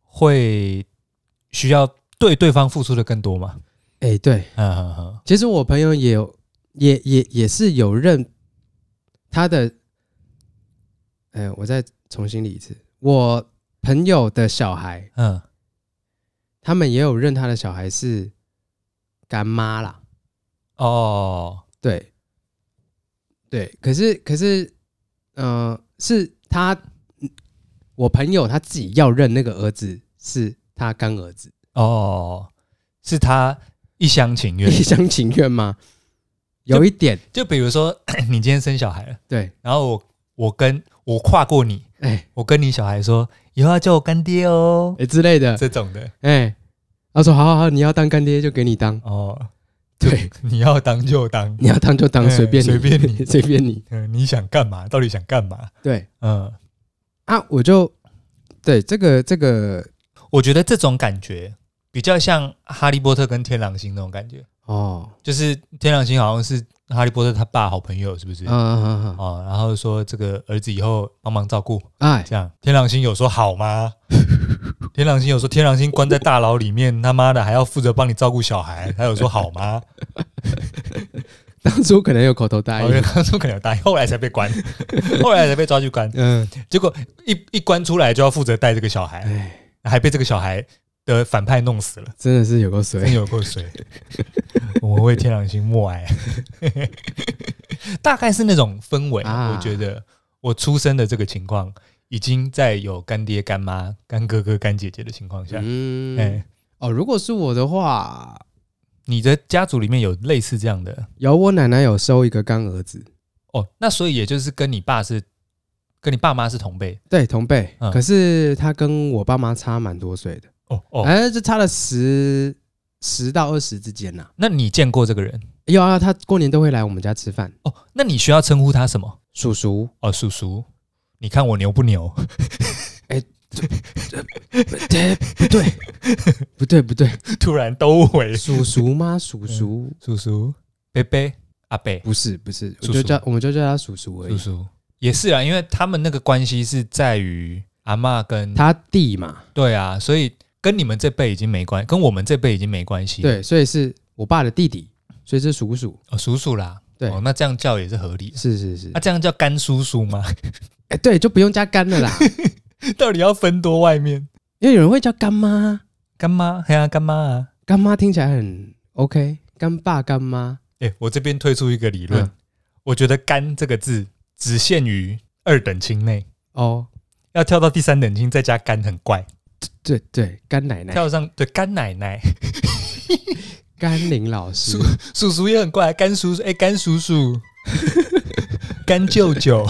[SPEAKER 2] 会需要对对方付出的更多嘛，
[SPEAKER 1] 哎、对，
[SPEAKER 2] 嗯嗯嗯，
[SPEAKER 1] 其实我朋友也有，也也也是有认他的，哎、我再重新理一次，我朋友的小孩，
[SPEAKER 2] 嗯，
[SPEAKER 1] 他们也有认他的小孩是干妈啦，
[SPEAKER 2] 哦，
[SPEAKER 1] 对，对，可是可是，呃，是他，我朋友他自己要认那个儿子是他干儿子，
[SPEAKER 2] 哦，是他一厢情 愿
[SPEAKER 1] 一，厢情愿吗？有一点，
[SPEAKER 2] 就比如说 你今天生小孩了，
[SPEAKER 1] 对，
[SPEAKER 2] 然后我我跟我跨过你，
[SPEAKER 1] 哎、
[SPEAKER 2] 我跟你小孩说以后要叫我干爹哦
[SPEAKER 1] 哎、，之类的，
[SPEAKER 2] 这种的，
[SPEAKER 1] 哎、他说好好好，你要当干爹就给你当，
[SPEAKER 2] 哦，
[SPEAKER 1] 对，
[SPEAKER 2] 你要当就当，
[SPEAKER 1] 你要当就当，
[SPEAKER 2] 哎
[SPEAKER 1] 随便你，
[SPEAKER 2] 随便你
[SPEAKER 1] 随便 你，
[SPEAKER 2] 嗯，你想干嘛？到底想干嘛？
[SPEAKER 1] 对
[SPEAKER 2] 嗯，
[SPEAKER 1] 啊，我就对这个这个
[SPEAKER 2] 我觉得这种感觉比较像《哈利波特》跟《天狼星》那种感觉，
[SPEAKER 1] 哦，
[SPEAKER 2] 就是天狼星好像是哈利波特他爸好朋友，是不是？
[SPEAKER 1] 啊啊啊，
[SPEAKER 2] 哦，然后说这个儿子以后帮忙照顾，
[SPEAKER 1] 哎，
[SPEAKER 2] 这样天狼星有说好吗？ 天狼星有说天狼星关在大牢里面，他妈的还要负责帮你照顾小孩，他有说好吗？
[SPEAKER 1] 当初可能有口头答
[SPEAKER 2] 我觉得
[SPEAKER 1] 应，啊
[SPEAKER 2] 当初可能有答应，后来才被关， 后来才被抓去关，
[SPEAKER 1] 嗯，
[SPEAKER 2] 结果一一关出来就要负责带这个小孩，
[SPEAKER 1] 哎。
[SPEAKER 2] 还被这个小孩的反派弄死了，
[SPEAKER 1] 真的是有够水
[SPEAKER 2] 真。有 够水。我为天狼星默哀，大概是那种氛围。
[SPEAKER 1] 啊
[SPEAKER 2] 我觉得我出生的这个情况，已经在有干爹、干妈、干哥哥、干姐姐的情况下，哎、
[SPEAKER 1] 嗯，哦，如果是我的话，
[SPEAKER 2] 你的家族里面有类似这样的
[SPEAKER 1] 有我奶奶有收一个干儿子，
[SPEAKER 2] 哦，那所以也就是跟你爸是跟你爸妈是同辈
[SPEAKER 1] 对，同辈。
[SPEAKER 2] 嗯
[SPEAKER 1] 可是他跟我爸妈差蛮多岁的，
[SPEAKER 2] 哦哦。
[SPEAKER 1] 哎、就差了十十到二十之间呐、
[SPEAKER 2] 那你见过这个人
[SPEAKER 1] 有啊，他过年都会来我们家吃饭，
[SPEAKER 2] 哦？那你需要称呼他什么？
[SPEAKER 1] 叔叔。
[SPEAKER 2] 哦，叔叔，你看我牛不牛？
[SPEAKER 1] 对，不对，不对，不对，
[SPEAKER 2] 突然都回
[SPEAKER 1] 叔叔吗？叔叔
[SPEAKER 2] 叔叔、伯伯、阿伯、
[SPEAKER 1] 不是，不是，我
[SPEAKER 2] 嗯叔叔
[SPEAKER 1] 就叫我们就叫他叔叔而
[SPEAKER 2] 叔
[SPEAKER 1] 已。
[SPEAKER 2] 叔也是啊，因为他们那个关系是在于阿嬷跟
[SPEAKER 1] 他弟嘛，
[SPEAKER 2] 对啊，所以跟你们这辈已经没关，跟我们这辈已经没关系。，
[SPEAKER 1] 对，所以是我爸的弟弟，所以是叔叔。
[SPEAKER 2] 哦，叔叔啦，
[SPEAKER 1] 对
[SPEAKER 2] 哦，那这样叫也是合理的。
[SPEAKER 1] 是是是，
[SPEAKER 2] 那、
[SPEAKER 1] 哎、
[SPEAKER 2] 这样叫干叔叔吗？
[SPEAKER 1] 对，就不用加干了啦，
[SPEAKER 2] 到底要分多外面？
[SPEAKER 1] 因为有人会叫干妈。
[SPEAKER 2] 干妈，嘿呀、啊，干妈啊！
[SPEAKER 1] 干妈听起来很 OK，干爸干妈
[SPEAKER 2] 哎、我这边推出一个理论，
[SPEAKER 1] 嗯
[SPEAKER 2] 我觉得“干”这个字只限于二等亲内，
[SPEAKER 1] 哦，
[SPEAKER 2] 要跳到第三等亲再加“干”很怪，
[SPEAKER 1] 对对，干奶奶、
[SPEAKER 2] 跳上对干奶奶。
[SPEAKER 1] 甘霖老师
[SPEAKER 2] 叔，叔叔也很怪，干叔叔，哎、干叔 叔，干舅舅，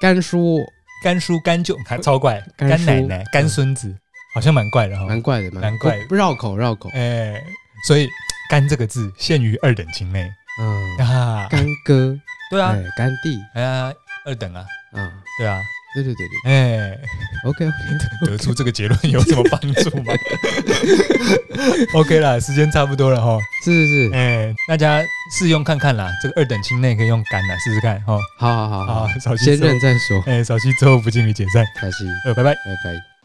[SPEAKER 1] 干叔，
[SPEAKER 2] 干叔干舅，还超怪，
[SPEAKER 1] 干
[SPEAKER 2] 干
[SPEAKER 1] 叔嗯
[SPEAKER 2] 奶奶，干孙子，好像蛮怪的哈。
[SPEAKER 1] 难怪的，
[SPEAKER 2] 难怪
[SPEAKER 1] 不绕口绕口，
[SPEAKER 2] 哎、所以“干”这个字限于二等亲内
[SPEAKER 1] 嗯，
[SPEAKER 2] 啊，
[SPEAKER 1] 干哥，
[SPEAKER 2] 对啊
[SPEAKER 1] 哎，，干弟
[SPEAKER 2] 哎呀，二等啊，
[SPEAKER 1] 啊，
[SPEAKER 2] 对啊，
[SPEAKER 1] 对对对对
[SPEAKER 2] 哎、
[SPEAKER 1] ，OK，
[SPEAKER 2] 得出这个结论有什么帮助 吗？OK 啦，时间差不多了哈，
[SPEAKER 1] 是是是，
[SPEAKER 2] 哎、大家试用看看啦，这个二等亲内可以用“干”啦，试试看哈。
[SPEAKER 1] 好好好好，
[SPEAKER 2] 好，小心
[SPEAKER 1] 先
[SPEAKER 2] 之后
[SPEAKER 1] 认再说，
[SPEAKER 2] 哎，小溪之后不敬礼解散，
[SPEAKER 1] 小西，
[SPEAKER 2] 呃，拜拜。
[SPEAKER 1] 拜拜。